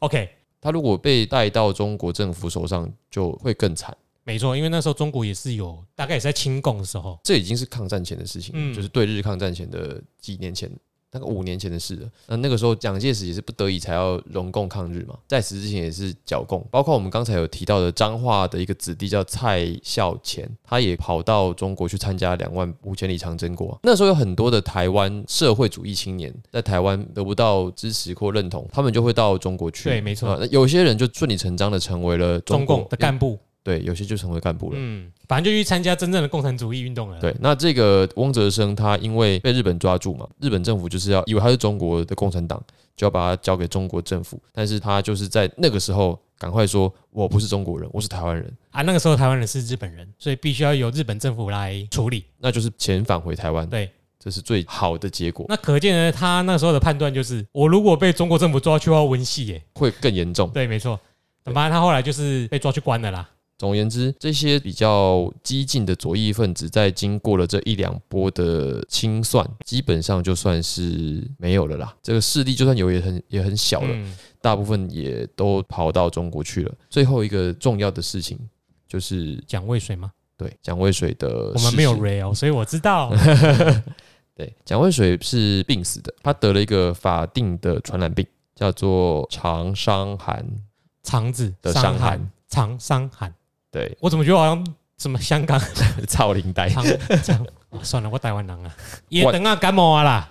A: ？OK，
B: 他如果被带到中国政府手上，就会更惨。
A: 没错，因为那时候中国也是有大概也是在清共的时候，
B: 这已经是抗战前的事情，
A: 嗯
B: 就是对日抗战前的几年前，大概五年前的事了。那那个时候，蒋介石也是不得已才要容共抗日嘛，在此之前也是剿共，包括我们刚才有提到的彰化的一个子弟叫蔡孝乾，他也跑到中国去参加两万五千里长征国啊。那时候有很多的台湾社会主义青年在台湾得不到支持或认同，他们就会到中国去。
A: 对没错
B: 呃啊那有些人就顺理成章的成为了中
A: 中
B: 国
A: 共的干部
B: 对，有些就成为干部了。
A: 嗯，反正就去参加真正的共产主义运动了。，
B: 对，那这个翁泽生他因为被日本抓住嘛，日本政府就是要以为他是中国的共产党，就要把他交给中国政府，但是他就是在那个时候赶快说，我不是中国人，我是台湾人，
A: 啊，那个时候台湾人是日本人，所以必须要由日本政府来处理。
B: 那就是遣返回台湾，
A: 对，
B: 这是最好的结果，
A: 那可见呢，他那时候的判断就是，我如果被中国政府抓去，我要文戏耶。
B: 会更严重。
A: 对，没错。反正他后来就是被抓去关了啦。
B: 总而言之，这些比较激进的左翼分子，在经过了这一两波的清算，基本上就算是没有了啦。这个势力就算有，也很也很小了。
A: 嗯，
B: 大部分也都跑到中国去了。最后一个重要的事情就是，
A: 蒋渭水吗？
B: 对蒋渭水的
A: 我们没有
B: 逝世
A: real，所以我知 道。
B: 对蒋渭水是病死的，他得了一个法定的传染病，叫做肠伤寒
A: 肠子
B: 的伤寒。，
A: 肠伤寒。
B: 对，
A: 我怎么觉得好像什么香港
B: 超龄呆。
A: 肠肠、啊算了，我台湾人啊，也等啊感冒啊啦。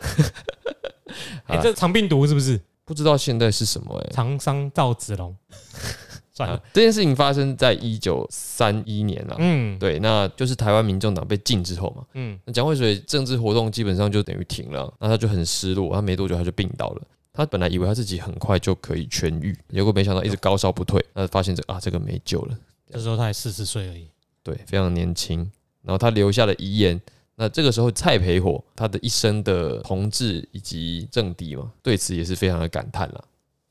A: 哎、这肠病毒是不是？
B: 不知道现在是什么哎、
A: 肠伤赵子龙。算了
B: 啊，这件事情发生在一九三一年啊。
A: 嗯，，
B: 对，那就是台湾民众党被禁之后嘛，
A: 嗯，
B: 那蒋渭水政治活动基本上就等于停了，那他就很失落，他没多久他就病倒了。他本来以为他自己很快就可以痊愈，结果没想到一直高烧不退，那发现这啊这个没救了，
A: 这时候他才四十岁而已。
B: 对，非常年轻。然后他留下了遗言。那这个时候蔡培火他的一生的同志以及政敌嘛，对此也是非常的感叹啦，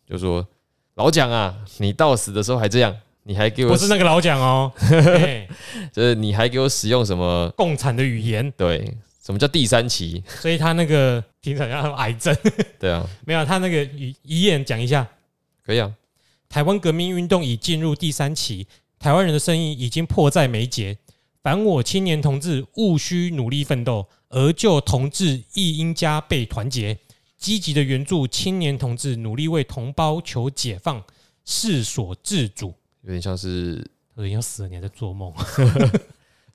B: 就说老蒋啊，你到死的时候还这样，你还给我
A: 不是那个老蒋 哦，嘿
B: 就是 你还给我使用什么？
A: 共产的语言，
B: 对，什么叫第三期？
A: 所以他那个听起来像癌症，
B: 对啊，
A: 没有他那个遗遗言讲一下，
B: 可以啊，
A: 台湾革命运动已进入第三期，台湾人的声音已经迫在眉睫。反我青年同志务需努力奋斗，而就同志亦应加倍团结，积极的援助青年同志，努力为同胞求解放，世所自主。
B: 有点像是
A: 有人要死了，你还在做梦？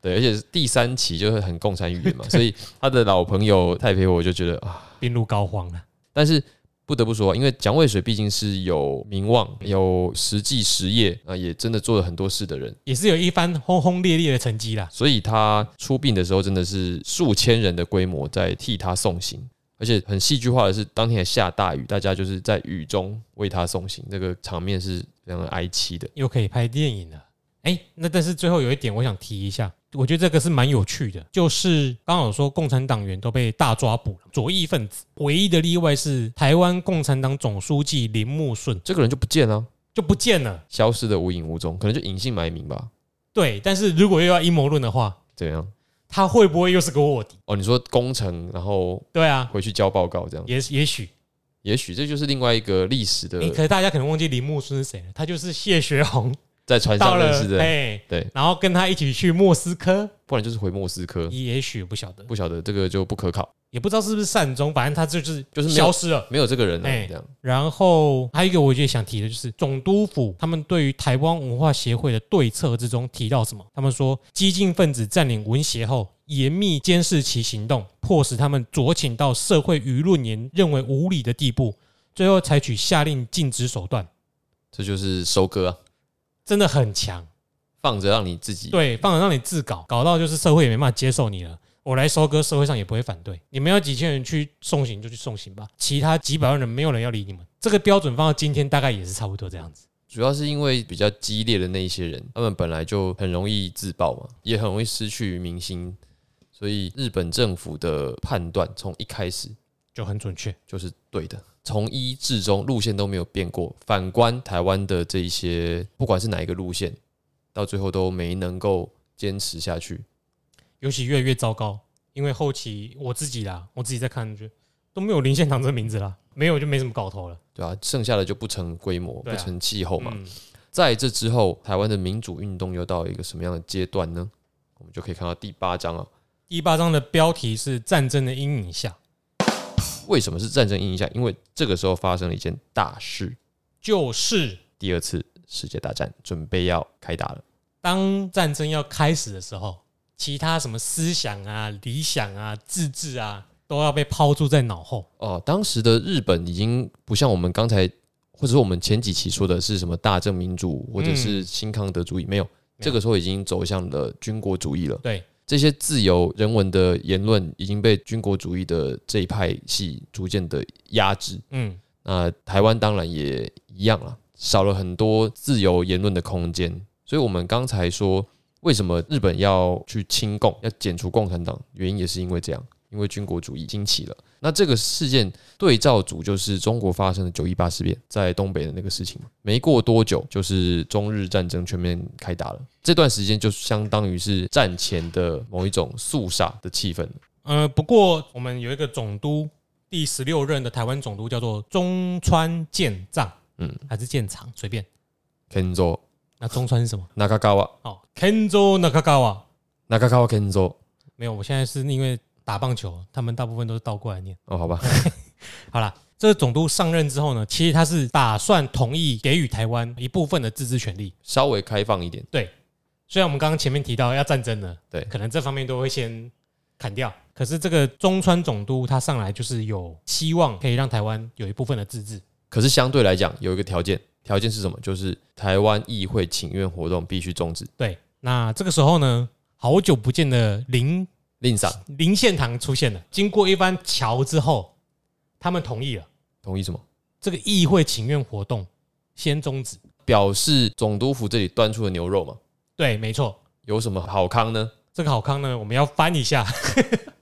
B: 对，而且第三期就是很共产语言嘛，所以他的老朋友太培我就觉得啊，
A: 病入膏肓了。
B: 但是不得不说，因为蒋渭水毕竟是有名望、有实际实业啊，也真的做了很多事的人，
A: 也是有一番轰轰烈烈的成绩啦。
B: 所以他出殡的时候真的是数千人的规模在替他送行。而且很戏剧化的是，当天还下大雨，大家就是在雨中为他送行，这个场面是非常的哀凄的。
A: 又可以拍电影了。哎，那但是最后有一点我想提一下，我觉得这个是蛮有趣的，就是刚好说共产党员都被大抓捕了，左翼分子唯一的例外是台湾共产党总书记林木顺
B: 这个人就不见了，
A: 就不见了。
B: 消失的无影无踪，可能就隐姓埋名吧？
A: 对，但是如果又要阴谋论的话，
B: 怎样？
A: 他会不会又是个卧底？
B: 哦，你说工程，然后
A: 对啊，
B: 回去交报告这样。
A: 也也许，
B: 也许这就是另外一个历史的
A: 诶可是大家可能忘记林木顺是谁了，他就是谢学红
B: 在船
A: 到
B: 上
A: 了
B: 认识，的，
A: 哎，
B: 对，
A: 然后跟他一起去莫斯科，
B: 不然就是回莫斯科，
A: 也许不晓得，
B: 不晓得这个就不可考，
A: 也不知道是不是善终，反正他就是
B: 就是没有
A: 消失了。
B: 没有这个人了
A: 哎
B: 这样。
A: 然后还有一个我觉得想提的就是总督府他们对于台湾文化协会的对策之中提到什么？他们说激进分子占领文协后，严密监视其行动，迫使他们酌情到社会舆论言认为无理的地步，最后采取下令禁止手段，
B: 这就是收割啊，
A: 真的很强。
B: 放着让你自己。
A: 对，放着让你自搞，搞到就是社会也没办法接受你了。我来收割，社会上也不会反对。你们要几千人去送行就去送行吧，其他几百万人没有人要理你们。这个标准放到今天大概也是差不多这样子。
B: 主要是因为比较激烈的那一些人，他们本来就很容易自爆嘛，也很容易失去民心，所以日本政府的判断从一开始
A: 就很准确。
B: 就是对的，从一至终路线都没有变过。反观台湾的这一些，不管是哪一个路线，到最后都没能够坚持下去。
A: 尤其越来越糟糕，因为后期我自己啦，我自己在看就都没有林献堂这个名字啦，没有就没什么搞头了。
B: 对啊，剩下的就不成规模，
A: 对啊
B: 不成气候嘛。
A: 嗯，
B: 在这之后，台湾的民主运动又到一个什么样的阶段呢？我们就可以看到第八章啊。
A: 第八章的标题是《战争的阴影下》，
B: 为什么是战争影响？因为这个时候发生了一件大事，
A: 就是
B: 第二次世界大战准备要开打了。
A: 当战争要开始的时候，其他什么思想啊、理想啊、自治啊，都要被抛诸在脑后。
B: 哦，当时的日本已经不像我们嗯刚才，或者是我们前几期说的是什么大正民主，或者是新康德主义，没有，这个时候已经走向了军国主义了。
A: 对，
B: 这些自由人文的言论已经被军国主义的这一派系逐渐的压制。
A: 嗯，
B: 那台湾当然也一样啦，少了很多自由言论的空间。所以我们刚才说，为什么日本要去清共，要剪除共产党，原因也是因为这样，因为军国主义兴起了。那这个事件对照组就是中国发生的九一八事变，在东北的那个事情嘛。没过多久，就是中日战争全面开打了。这段时间就相当于是战前的某一种肃杀的气氛。
A: 呃，不过我们有一个总督，第十六任的台湾总督叫做中川健藏，
B: 嗯
A: 还是健长，随便。
B: Kenzo
A: 那中川是什么？
B: Nakagawa
A: 哦，Kenzo Nakagawa。
B: Nakagawa Kenzo
A: 没有，我现在是因为打棒球，他们大部分都是倒过来念。
B: 哦，好吧，
A: 好啦，这个总督上任之后呢，其实他是打算同意给予台湾一部分的自治权利。
B: 稍微开放一点。
A: 虽然我们刚刚前面提到要战争了，
B: 对
A: 可能这方面都会先砍掉。可是这个中川总督他上来就是有希望可以让台湾有一部分的自治。
B: 可是相对来讲，有一个条件，条件是什么？就是台湾议会请愿活动必须终止。
A: 对，那这个时候呢，好久不见的林
B: 令赏
A: 林献堂出现了。经过一番桥之后，他们同意了
B: 同意什么？
A: 这个议会请愿活动先终止。
B: 表示总督府这里端出的牛肉嘛，
A: 对，没错，
B: 有什么好康呢？
A: 这个好康呢，我们要翻一 下。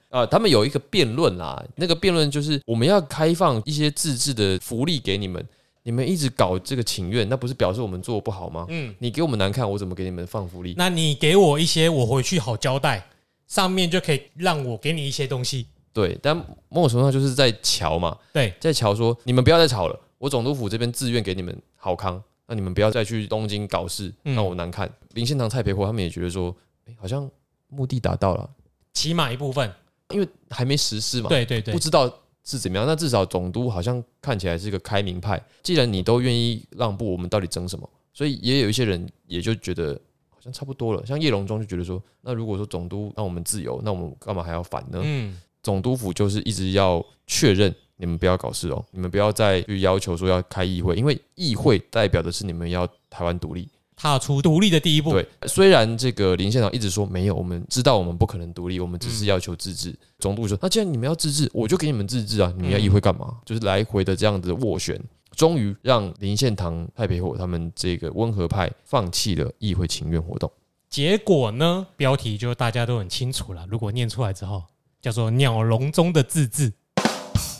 B: 啊，他们有一个辩论啦，那个辩论就是我们要开放一些自治的福利给你们，你们一直搞这个请愿，那不是表示我们做得不好吗？
A: 嗯，
B: 你给我们难看，我怎么给你们放福利？
A: 那你给我一些，我回去好交代，上面就可以让我给你一些东西。
B: 对，但某种程度上就是在瞧嘛，
A: 对，
B: 在瞧说你们不要再吵了，我总督府这边自愿给你们好康，那你们不要再去东京搞事，
A: 嗯
B: 让我难看。林献堂、蔡培火他们也觉得说，哎、好像目的达到了，
A: 起码一部分。
B: 因为还没实施嘛，
A: 对对对
B: 嗯不，知道是怎么样。那至少总督好像看起来是个开明派，既然你都愿意让步，我们到底争什么？所以也有一些人也就觉得。好像差不多了，像叶荣忠就觉得说，那如果说总督让我们自由，那我们干嘛还要反呢？
A: 嗯，
B: 总督府就是一直要确认你们不要搞事哦，你们不要再去要求说要开议会，因为议会代表的是你们要台湾独立。
A: 踏出独立的第一步。
B: 对，虽然这个林县长一直说没有，我们知道我们不可能独立，我们只是要求自治。总督说，那既然你们要自治，我就给你们自治啊，你们要议会干嘛？就是来回的这样子斡旋。终于让林献堂、蔡培火他们这个温和派放弃了议会请愿活动。
A: 结果呢，标题就大家都很清楚了。如果念出来之后，叫做“鸟笼中的自治”，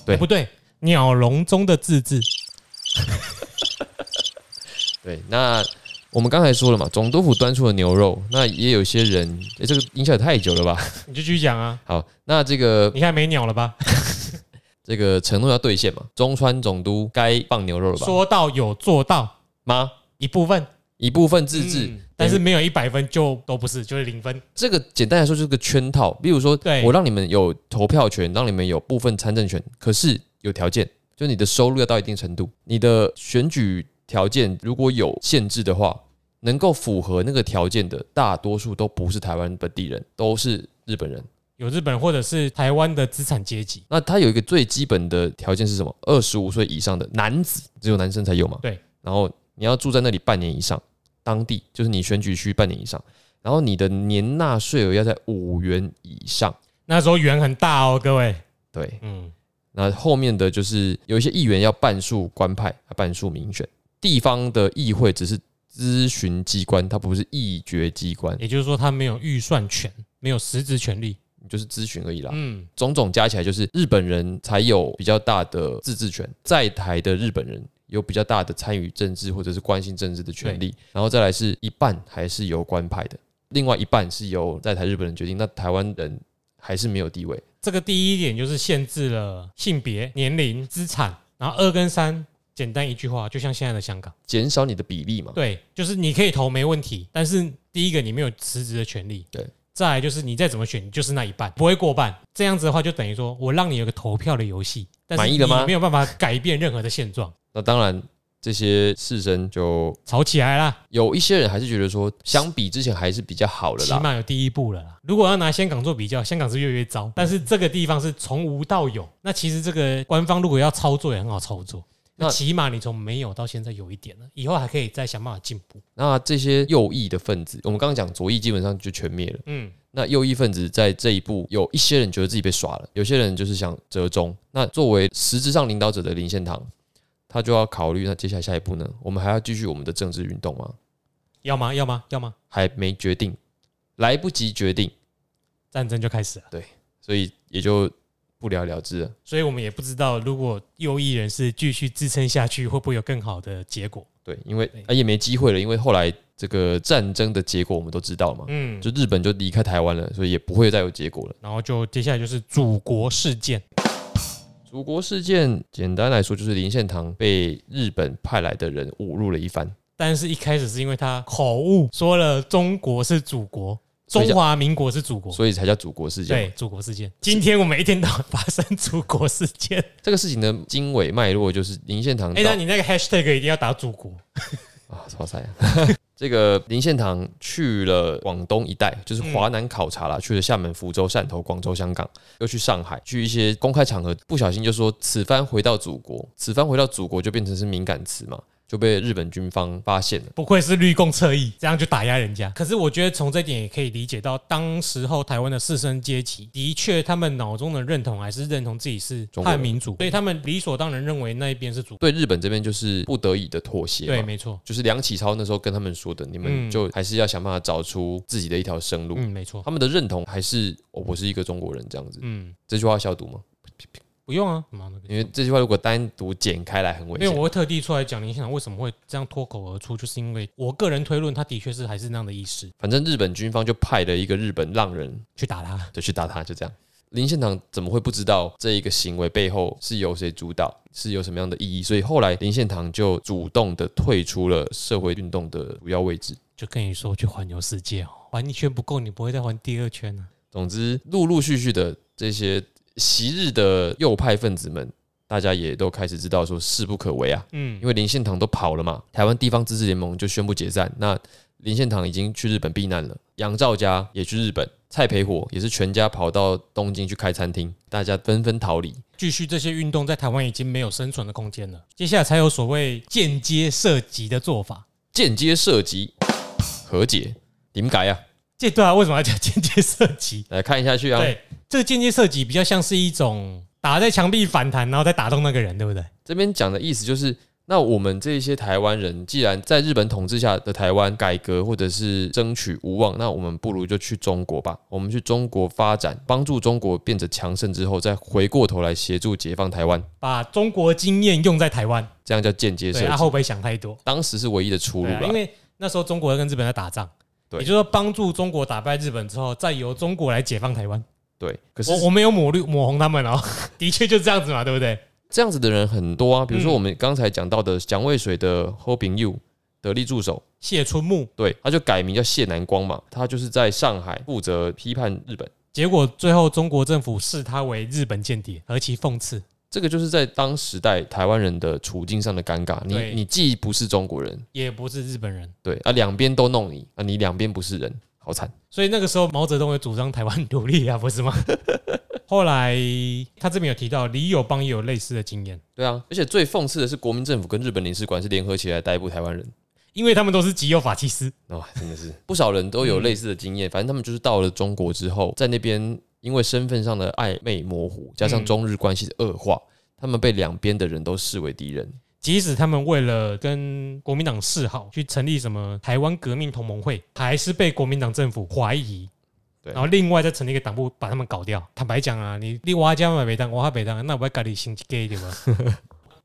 B: 对
A: 哎不对？鸟笼中的自治，
B: 对，那我们刚才说了嘛，总督府端出了牛肉，那也有些人，诶，这个影响也太久了吧？
A: 你就继续讲啊。
B: 好，那这个
A: 你看没鸟了吧？
B: 这个承诺要兑现嘛？中川总督该放牛肉了吧？
A: 说到有做到
B: 吗？
A: 一部分
B: 一部分自治，
A: 嗯但是没有一百分就都不是，就是零分。
B: 这个简单来说就是个圈套。例如说
A: 对，
B: 我让你们有投票权，让你们有部分参政权，可是有条件，就你的收入要到一定程度，你的选举条件如果有限制的话，能够符合那个条件的大多数都不是台湾本地人，都是日本人。
A: 有日本或者是台湾的资产阶级，
B: 那他有一个最基本的条件是什么？二十五岁以上的男子，只有男生才有嘛？
A: 对。
B: 然后你要住在那里半年以上，当地就是你选举区半年以上，然后你的年纳税额要在五元以上。
A: 那时候缘很大哦，各位。
B: 对，
A: 嗯，
B: 那后面的就是有一些议员要半数官派，半数民选，地方的议会只是咨询机关，它不是议决机关，
A: 也就是说他没有预算权，没有实质权利。
B: 就是咨询而已啦。
A: 嗯，
B: 种种加起来，就是日本人才有比较大的自治权，在台的日本人有比较大的参与政治或者是关心政治的权利，然后再来是一半还是由官派的，另外一半是由在台日本人决定，那台湾人还是没有地位。
A: 这个第一点就是限制了性别、年龄、资产，然后二跟三，简单一句话，就像现在的香港，
B: 减少你的比例嘛，
A: 对，就是你可以投没问题，但是第一个你没有辞职的权利，
B: 对。
A: 再来就是你再怎么选，你就是那一半，不会过半。这样子的话，就等于说我让你有个投票的游戏，但是
B: 满意了吗
A: 你没有办法改变任何的现状，
B: 那当然这些士绅就
A: 吵起来啦。
B: 有一些人还是觉得说，相比之前还是比较好了
A: 起
B: 啦。
A: 码有第一步了啦。如果要拿香港做比较，香港是越来越糟，但是这个地方是从无到有。那其实这个官方如果要操作也很好操作，那
B: 那
A: 起码你从没有到现在有一点了，以后还可以再想办法进步。
B: 那这些右翼的分子，我们刚刚讲左翼基本上就全灭了。
A: 嗯，
B: 那右翼分子在这一步，有一些人觉得自己被耍了，有些人就是想折中。那作为实质上领导者的林献堂，他就要考虑，那接下来下一步呢？我们还要继续我们的政治运动吗？
A: 要吗？要吗？要吗？
B: 还没决定，来不及决定，
A: 战争就开始了，
B: 所以也就不了了之了。
A: 所以我们也不知道，如果右翼人士继续支撑下去，会不会有更好的结果？
B: 对，因为
A: 对
B: 啊也没机会了，因为后来这个战争的结果我们都知道嘛，
A: 嗯，
B: 就日本就离开台湾了，所以也不会再有结果了。
A: 然后就接下来就是祖国事件。
B: 祖国事件简单来说就是林献堂被日本派来的人侮辱了一番，
A: 但是一开始是因为他口误说了中国是祖国，
B: 所
A: 中
B: 以叫
A: 华民国是祖国。
B: 所以才叫祖国事件嘛。
A: 哦对，祖国事件。今天我们一天到晚发生祖国事件。
B: 这个事情的经纬脉络就是林献堂
A: 哎、
B: 嗯到、
A: 那你那个 hashtag 一定要打祖国。
B: 啊， 超塞、这个林献堂去了广东一带，就是华南考察啦，去了厦门、福州、汕头、广州、香港，又去上海，去一些公开场合，不小心就说此番回到祖国，此番回到祖国就变成是敏感词嘛，就被日本军方发现了。
A: 不愧是绿共侧翼，这样就打压人家。可是我觉得从这点也可以理解到，当时候台湾的士绅阶级的确，他们脑中的认同还是认同自己是
B: 中国人
A: 汉民主，所以他们理所当然认为那一边是主。
B: 对日本这边就是不得已的妥协
A: 对，
B: 嘛，
A: 没错，
B: 就是梁启超那时候跟他们说的，你们
A: 嗯
B: 就还是要想办法找出自己的一条生路。
A: 嗯，没错，
B: 他们的认同还是、哦我是一个中国人这样子，
A: 嗯，
B: 这句话要消毒吗？
A: 不用啊，妈的
B: 因为这句话如果单独剪开来很危
A: 因为
B: 险。
A: 我会特地出来讲林献堂为什么会这样脱口而出，就是因为我个人推论，他的确是还是那样的意识
B: 反正日本军方就派了一个日本浪人
A: 去打他。
B: 就去打他，就这样。林献堂怎么会不知道这一个行为背后是由谁主导，是有什么样的意义？所以后来林献堂就主动的退出了社会运动的主要位置。
A: 就跟你说去环游世界哦，环一圈不够，你不会再环第二圈啊呢、
B: 总之，陆陆续续的这些昔日的右派分子们，大家也都开始知道说势不可为啊，
A: 嗯
B: 因，为林献堂都跑了嘛，台湾地方自治联盟就宣布解散。那林献堂已经去日本避难了，杨照家也去日本，蔡培火也是全家跑到东京去开餐厅，大家纷纷逃离。
A: 继续这些运动在台湾已经没有生存的空间了，接下来才有所谓间接涉及的做法。
B: 间接涉及和解，点改啊？
A: 这对啊，为什么要叫间接涉及？
B: 来看一下去啊，
A: 对，这个间接涉及比较像是一种打在墙壁反弹，然后再打动那个人，对不对？
B: 这边讲的意思就是。那我们这些台湾人，既然在日本统治下的台湾改革或者是争取无望，那我们不如就去中国吧。我们去中国发展，帮助中国变得强盛之后，再回过头来协助解放台湾，
A: 把中国经验用在台湾，
B: 这样叫间接
A: 对，
B: 涉
A: 他、
B: 及。
A: 会不会想太多？
B: 当时是唯一的出路
A: 对啊，
B: 啦
A: 因。为那时候中国跟日本在打仗，
B: 对
A: 也就是说帮助中国打败日本之后，再由中国来解放台湾。
B: 对，可是
A: 我我没有抹绿抹红他们哦， 的确就这样子嘛，对不对？
B: 这样子的人很多啊，比如
A: 嗯
B: 说我们刚才讲到的蒋渭水的 Hoping You 得力助手，
A: 谢春木，
B: 对，他就改名叫谢南光嘛，他就是在上海负责批判日本，
A: 结果最后中国政府视他为日本间谍，何其讽刺！
B: 这个就是在当时代台湾人的处境上的尴尬。你
A: 对
B: 你既不是中国人，
A: 也不是日本人。
B: 对啊，两边都弄你啊，你两边不是人，好惨。
A: 所以那个时候，毛泽东也主张台湾独立啊，不是吗？ 后来他这边有提到，李友邦也有类似的经验，
B: 对啊，而且最讽刺的是，国民政府跟日本领事馆是联合起来逮捕台湾人。
A: 因为他们都是极右法西斯，
B: 哇、哦真的是 嗯不少人都有类似的经验。反正他们就是到了中国之后，在那边因为身份上的暧昧模糊，加上
A: 嗯
B: 中日关系的恶化，他们被两边的人都视为敌人。
A: 即使他们为了跟国民党示好，去成立什么台湾革命同盟会，还是被国民党政府怀疑。
B: 对
A: 然后另外再成立一个党部把他们搞掉。坦白讲啊，你你挖家买北当，挖北当，那我要搞你心机 gay 对吗？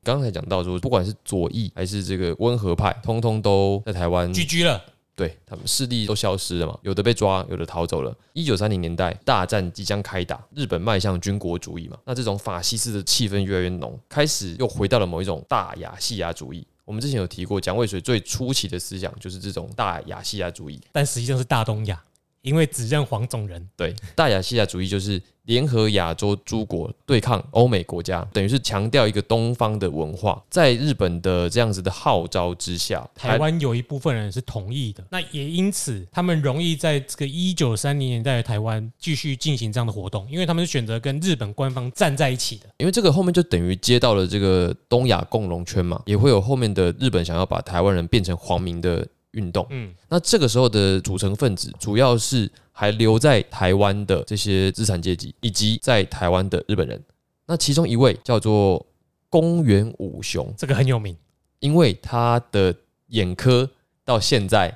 B: 刚才讲到说，不管是左翼还是这个温和派，通通都在台湾，
A: 居居了，
B: 对他们势力都消失了嘛，有的被抓，有的逃走了。一九三零年代，大战即将开打，日本迈向军国主义嘛，那这种法西斯的气氛越来越浓，开始又回到了某一种大亚细亚主义。我们之前有提过，蒋渭水最初期的思想就是这种大亚细亚主义，
A: 但实际上是大东亚，因为只认黄种人。
B: 对， 大亚细亚主义就是联合亚洲诸国对抗欧美国家，等于是强调一个东方的文化。在日本的这样子的号召之下，
A: 台湾有一部分人是同意的，那也因此他们容易在这个一九三零年代的台湾继续进行这样的活动，因为他们是选择跟日本官方站在一起的。
B: 因为这个后面就等于接到了这个东亚共荣圈嘛，也会有后面的日本想要把台湾人变成皇民的运动。
A: 嗯，
B: 那这个时候的组成分子主要是还留在台湾的这些资产阶级，以及在台湾的日本人。那其中一位叫做公园武雄，
A: 这个很有名，
B: 因为他的眼科到现在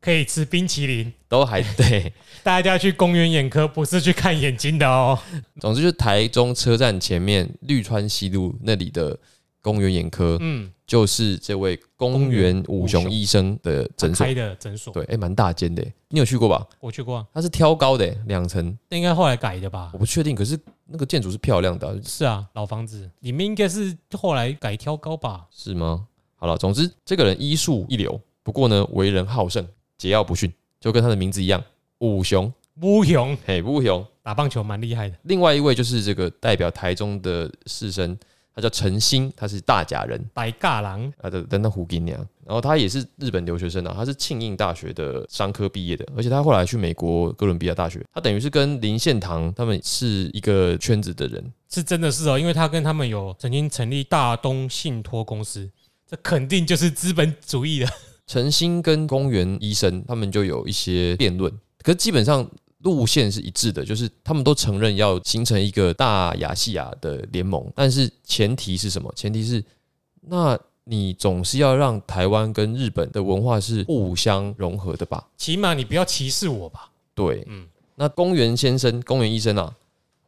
A: 可以吃冰淇淋。
B: 都还对。
A: 大家去公园眼科不是去看眼睛的 哦。
B: 总之，就是台中车站前面绿川西路那里的公园眼科，
A: 嗯，
B: 就是这位公园武雄医生的诊所
A: 开。的诊所，
B: 对，哎、蛮大间的，你有去过吧？
A: 我去过啊，
B: 它是挑高的，两层，
A: 那应该后来改的吧
B: 我？不确定。可是那个建筑是漂亮的啊、
A: 是啊，老房子里面应该是后来改挑高吧？
B: 是吗？好了，总之这个人医术一流，不过呢，为人好胜，桀骜不驯，就跟他的名字一样，武雄，
A: 乌雄
B: 嘿，武雄。
A: 打棒球蛮厉害的，
B: 另外一位就是这个代表台中的士绅，他叫陈兴，他是大甲人
A: 白尬狼
B: 啊，等等那胡金娘，然后他也是日本留学生啊，他是庆应大学的商科毕业的，而且他后来去美国哥伦比亚大学，他等于是跟林献堂他们是一个圈子的人，
A: 是真的是哦，因为他跟他们有曾经成立大东信托公司，这肯定就是资本主义的。
B: 陈星跟公园医生他们就有一些辩论，可是基本上路线是一致的，就是他们都承认要形成一个大亚细亚的联盟，但是前提是什么？前提是那。你总是要让台湾跟日本的文化是互相融合的吧？
A: 起码你不要歧视我吧？
B: 对，
A: 嗯
B: 那公园先生、公园医生啊，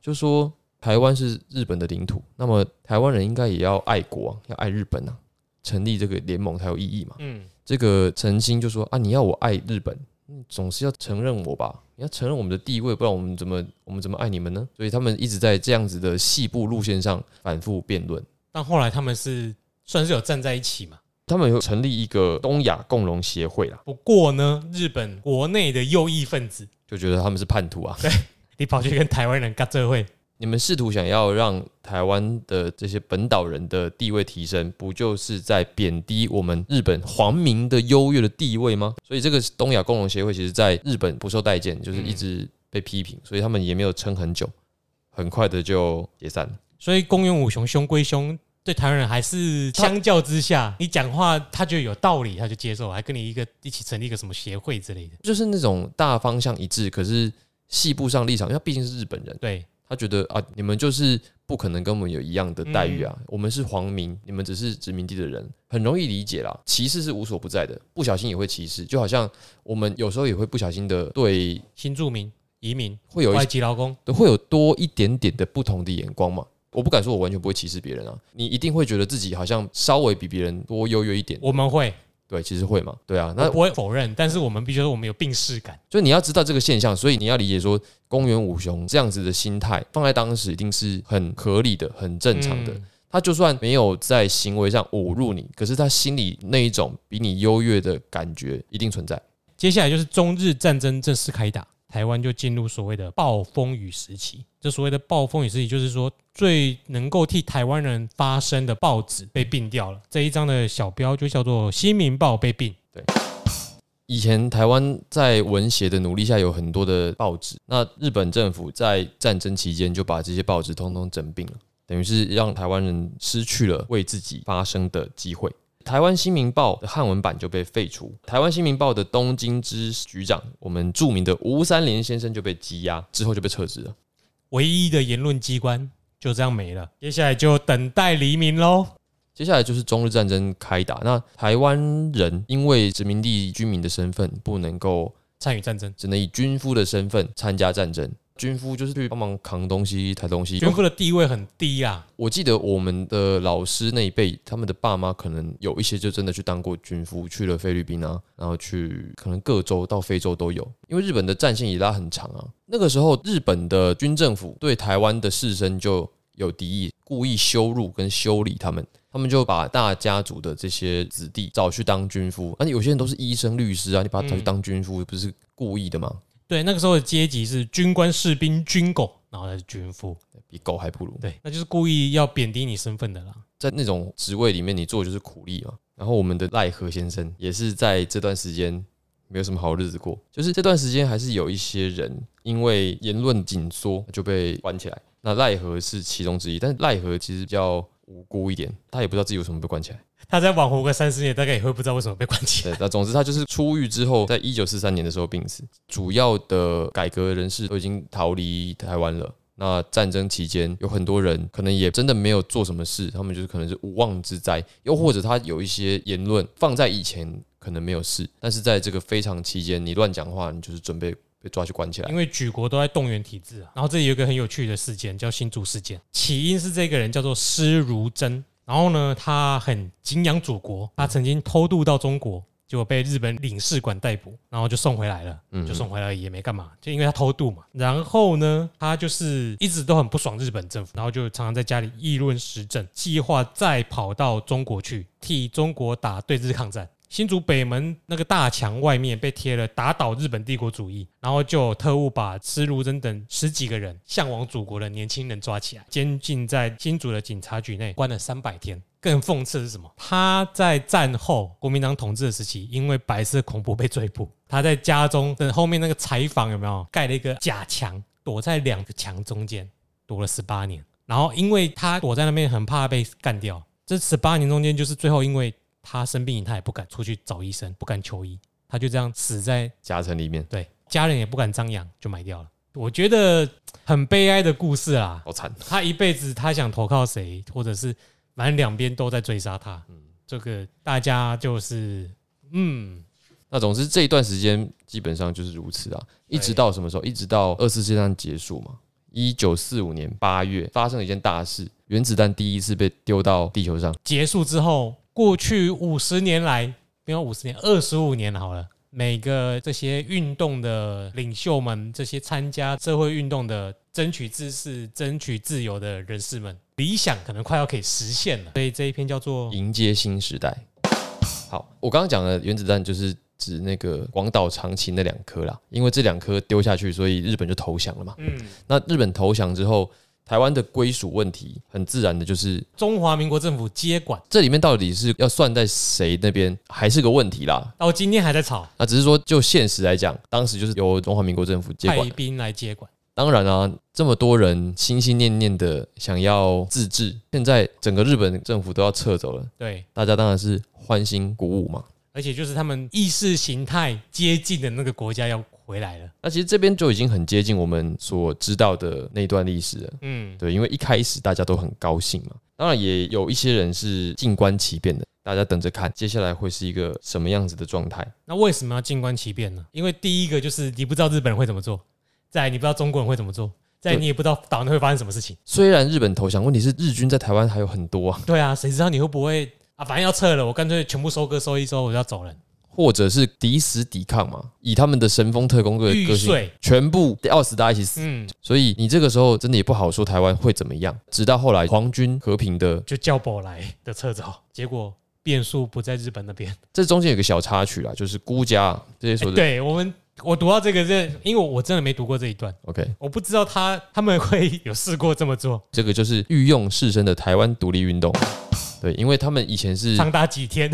B: 就说台湾是日本的领土，那么台湾人应该也要爱国、啊，要爱日本啊，成立这个联盟才有意义嘛。
A: 嗯，
B: 这个陈星就说啊，你要我爱日本，嗯总是要承认我吧，你要承认我们的地位，不然我们怎么我们怎么爱你们呢？所以他们一直在这样子的细部路线上反复辩论。
A: 但后来他们是算是有站在一起嘛。
B: 他们有成立一个东亚共荣协会啦，
A: 不过呢，日本国内的右翼分子，
B: 就觉得他们是叛徒啊。
A: 你跑去跟台湾人嘎这会，
B: 你们试图想要让台湾的这些本岛人的地位提升，不就是在贬低我们日本皇民的优越的地位吗？所以这个东亚共荣协会其实在日本不受待见，就是一直被批评，所以他们也没有撑很久，很快的就解散了。
A: 所以公园五雄兄归兄，对台湾人还是相较之下，你讲话他觉得有道理，他就接受，还跟你一个一起成立一个什么协会之类的。
B: 就是那种大方向一致，可是细部上立场，因为他毕竟是日本人，
A: 对，
B: 他觉得啊，你们就是不可能跟我们有一样的待遇
A: 嗯
B: 啊，我们是皇民，你们只是殖民地的人，很容易理解啦。歧视是无所不在的，不小心也会歧视，就好像我们有时候也会不小心的对
A: 新住民、移民、
B: 会有一
A: 外籍劳工，
B: 都会有多一点点的不同的眼光嘛。我不敢说我完全不会歧视别人啊，你一定会觉得自己好像稍微比别人多优越一点，
A: 我们会，
B: 对，其实会嘛，对啊，
A: 我
B: 那
A: 不会否认，但是我们必须说我们有病视感。
B: 就你要知道这个现象，所以你要理解说，公园五雄这样子的心态放在当时一定是很合理的、很正常的。
A: 嗯
B: 他就算没有在行为上侮辱你，可是他心里那一种比你优越的感觉一定存在。
A: 接下来就是中日战争正式开打，台湾就进入所谓的暴风雨时期。这所谓的暴风雨时期，就是说最能够替台湾人发声的报纸被并掉了。这一章的小标就叫做《新民报》被并。
B: 以前台湾在文协的努力下有很多的报纸，那日本政府在战争期间就把这些报纸通通整并了，等于是让台湾人失去了为自己发声的机会。台湾新民报的汉文版就被废除，台湾新民报的东京支局长，我们著名的吴三连先生就被羁押，之后就被撤职了。
A: 唯一的言论机关就这样没了。接下来就等待黎明喽。
B: 接下来就是中日战争开打，那台湾人因为殖民地居民的身份，不能够
A: 参与战争，
B: 只能以军夫的身份参加战争。军夫就是去帮忙扛东西、抬东西。
A: 军夫的地位很低啊，
B: 我记得我们的老师那一辈，他们的爸妈可能有一些就真的去当过军夫，去了菲律宾啊，然后去可能各州到非洲都有。因为日本的战线也拉很长啊，那个时候日本的军政府对台湾的士绅就有敌意，故意羞辱跟修理他们。他们就把大家族的这些子啊弟找去当军夫，而、且有些人都是医生、律师啊，你把他找去当军夫，不是故意的吗？
A: 对，那个时候的阶级是军官、士兵、军狗，然后再是军夫。
B: 比狗还不如。
A: 对，那就是故意要贬低你身份的啦。
B: 在那种职位里面，你做的就是苦力嘛。然后我们的赖何先生也是在这段时间没有什么好日子过，就是这段时间还是有一些人因为言论紧缩就被关起来。那赖何是其中之一，但是赖何其实比较无辜一点，他也不知道自己为什么被关起来。
A: 他在网红个三十年，大概也会不知道为什么被关起来。
B: 对，那总之他就是出狱之后，在一九四三年的时候病死。主要的改革人士都已经逃离台湾了。那战争期间有很多人可能也真的没有做什么事，他们就是可能是无妄之灾，又或者他有一些言论放在以前可能没有事，但是在这个非常期间你乱讲话，你就是准备被抓去关起来
A: 因。为举国都在动员体制啊。然后这里有一个很有趣的事件，叫新竹事件，起因是这个人叫做施如真，然后呢，他很敬仰祖国，他曾经偷渡到中国。结果被日本领事馆逮捕，然后就送回来了，
B: 嗯
A: 就送回来也没干嘛，就因为他偷渡嘛。然后呢，他就是一直都很不爽日本政府，然后就常常在家里议论时政，计划再跑到中国去替中国打对日抗战。新竹北门那个大墙外面被贴了“打倒日本帝国主义”，然后就有特务把施如真等十几个人向往祖国的年轻人抓起来，监禁在新竹的警察局内，关了三百天。更讽刺的是什么？他在战后国民党统治的时期，因为白色恐怖被追捕，他在家中的后面那个柴房有没有盖了一个假墙，躲在两个墙中间，躲了十八年。然后因为他躲在那边很怕被干掉，这十八年中间就是最后因为他生病，他也不敢出去找医生，不敢求医，他就这样死在
B: 夹层里面
A: 对家人也不敢张扬，就埋掉了。我觉得很悲哀的故事啦，
B: 好惨，
A: 他一辈子他想投靠谁，或者是反正两边都在追杀他。这个大家就是嗯，
B: 那总之这一段时间基本上就是如此啊，一直到什么时候？一直到二次世界大战结束嘛。一九四五年八月发生了一件大事，原子弹第一次被丢到地球上。
A: 结束之后，过去五十年来，没有五十年，二十五年好了。每个这些运动的领袖们，这些参加社会运动的、争取知识、争取自由的人士们，理想可能快要可以实现了。所以这一篇叫做
B: 迎接新时代。好，我刚刚讲的原子弹就是指那个广岛、长崎那两颗啦，因为这两颗丢下去，所以日本就投降了嘛。
A: 嗯，
B: 那日本投降之后，台湾的归属问题很自然的就是
A: 中华民国政府接管，
B: 这里面到底是要算在谁那边，还是个问题啦。
A: 到今天还在吵，
B: 那只是说就现实来讲，当时就是由中华民国政府接管
A: 派。兵来接管。
B: 当然啊，这么多人心心念念的想要自治，现在整个日本政府都要撤走了，
A: 对，
B: 大家当然是欢欣鼓舞嘛。
A: 而且就是他们意识形态接近的那个国家要回来了。
B: 那其实这边就已经很接近我们所知道的那段历史了。
A: 嗯，
B: 对，因为一开始大家都很高兴嘛，当然也有一些人是静观其变的，大家等着看接下来会是一个什么样子的状态。
A: 那为什么要静观其变呢？因为第一个就是你不知道日本人会怎么做，再来你不知道中国人会怎么做，再来
B: 对
A: 你也不知道岛内会发生什么事情。
B: 虽然日本投降，问题是日军在台湾还有很多啊，
A: 对啊，谁知道你会不会啊？反正要撤了，我干脆全部收割收一收，我就要走人。
B: 或者是抵死抵抗嘛，以他们的神风特工队的
A: 玉
B: 个性，
A: 碎，
B: 全部吊死大家一起死。
A: 嗯，
B: 所以你这个时候真的也不好说台湾会怎么样，直到后来皇军和平的
A: 就叫宝来的撤走，结果变数不在日本那边。
B: 这中间有个小插曲啦，就是孤家这些所谓的、
A: 对我们，我读到这个这，因为我真的没读过这一段，
B: OK，
A: 我不知道他他们会有试过这么做。
B: 这个就是御用士绅的台湾独立运动。对，因为他们以前是，
A: 长达几 天，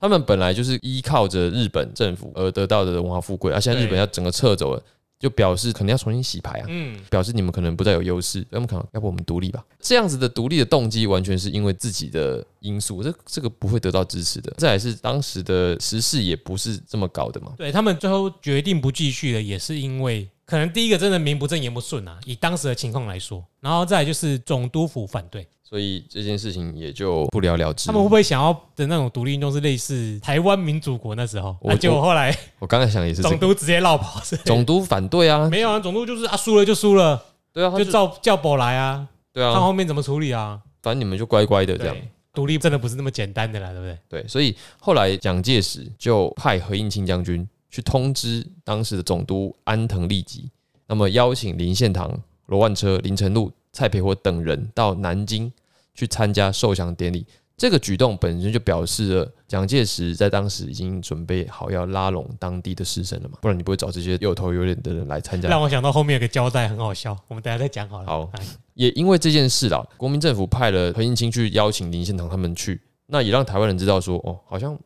B: 他们本来就是依靠着日本政府而得到的文化富贵，而、啊现在
A: 对
B: 日本要整个撤走了，就表示可能要重新洗牌啊，
A: 嗯，
B: 表示你们可能不再有优势，他们可能要不我们独立吧？这样子的独立的动机完全是因为自己的因素，这这个不会得到支持的。再来是当时的时事也不是这么搞的嘛，
A: 对他们最后决定不继续了，也是因为可能第一个真的名不正言不顺啊，以当时的情况来说，然后再来就是总督府反对，
B: 所以这件事情也就不了了之。
A: 他们会不会想要的那种独立运动是类似台湾民主国那时候，
B: 我
A: 啊、结果后来
B: 我刚才想也是这
A: 总
B: 个，
A: 督直接绕跑，是
B: 总督反对 啊，
A: 没有啊，总督就是啊输了就输了，
B: 对啊，他
A: 就
B: 就
A: 照叫宝来啊，
B: 对
A: 看
B: 啊，
A: 后面怎么处理啊，
B: 反正你们就乖乖的这样。
A: 对，独立真的不是那么简单的啦，对不对？
B: 对，所以后来蒋介石就派何应钦将军去通知当时的总督安藤利吉，那么邀请林献堂、罗万车、林晨禄、蔡培火等人到南京去参加受降典礼。这个举动本身就表示了蒋介石在当时已经准备好要拉拢当地的士绅了嘛，不然你不会找这些有头有脸的人来参加
A: 让我想到后面有个交代很好笑，我们等一下再讲好了。
B: 啊好
A: 哎，
B: 也因为这件事啦，国民政府派了何应钦去邀请林献堂他们去，那也让台湾人知道说，哦，好像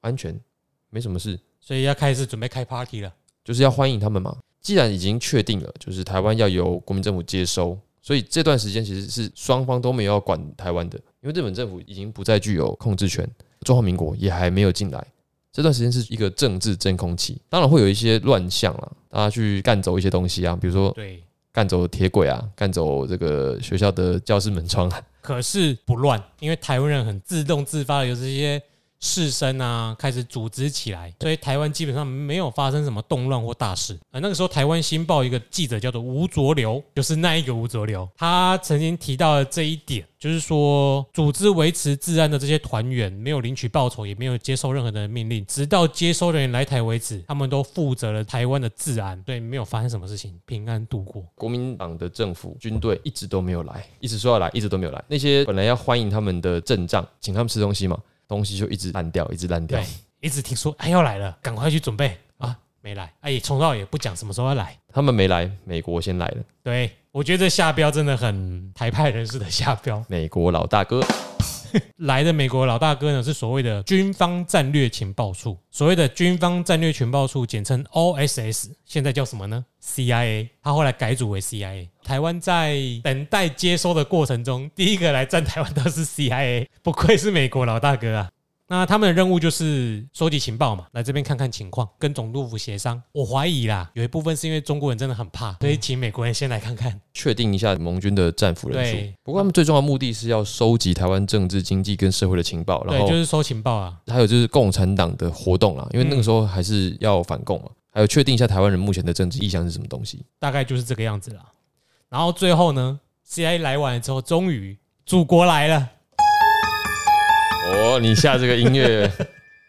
B: 安全，没什么事，
A: 所以要开始准备开 party 了。
B: 就是要欢迎他们嘛。既然已经确定了，就是台湾要由国民政府接收，所以这段时间其实是双方都没有要管台湾的，因为日本政府已经不再具有控制权，中华民国也还没有进来。这段时间是一个政治真空期，当然会有一些乱象啦，大家去干走一些东西啊，比如说
A: 对，
B: 干走铁轨啊，干走这个学校的教室门窗啊，
A: 可是不乱，因为台湾人很自动自发的有这些士绅啊，开始组织起来，所以台湾基本上没有发生什么动乱或大事。啊、那个时候台湾新报一个记者叫做吴浊流，就是那一个吴浊流，他曾经提到了这一点，就是说组织维持治安的这些团员没有领取报酬，也没有接受任何的命令，直到接收人员来台为止，他们都负责了台湾的治安，对，没有发生什么事情，平安度过。
B: 国民党的政府军队一直都没有来，一直说要来，一直都没有来。那些本来要欢迎他们的阵仗，请他们吃东西嘛，东西就一直烂掉，一直烂掉
A: 对。，一直听说哎要来了，赶快去准备啊，没来，哎也从到也不讲什么时候要来。
B: 他们没来，美国先来了，
A: 对我觉得这下标真的很台派人士的下标。
B: 美国老大哥。
A: 来的美国老大哥呢是所谓的军方战略情报处，所谓的军方战略情报处简称 OSS，现在叫什么呢？CIA，他后来改组为 CIA。台湾在等待接收的过程中，第一个来站台湾的是 CIA，不愧是美国老大哥啊！那他们的任务就是收集情报嘛，来这边看看情况，跟总督府协商。我怀疑啦，有一部分是因为中国人真的很怕，所以请美国人先来看看。
B: 确定一下盟军的战俘人数
A: 对。
B: 不过他们最重要的目的是要收集台湾政治、经济跟社会的情报，然
A: 对，
B: 后
A: 就是收情报啊。
B: 还有就是共产党的活动啊啦，因为那个时候还是要反共嘛，还有确定一下台湾人目前的政治意向是什么东西。
A: 大概就是这个样子啦。然后最后呢，CIA 来完了之后，终于祖国来了，
B: 哦，你下这个音 乐。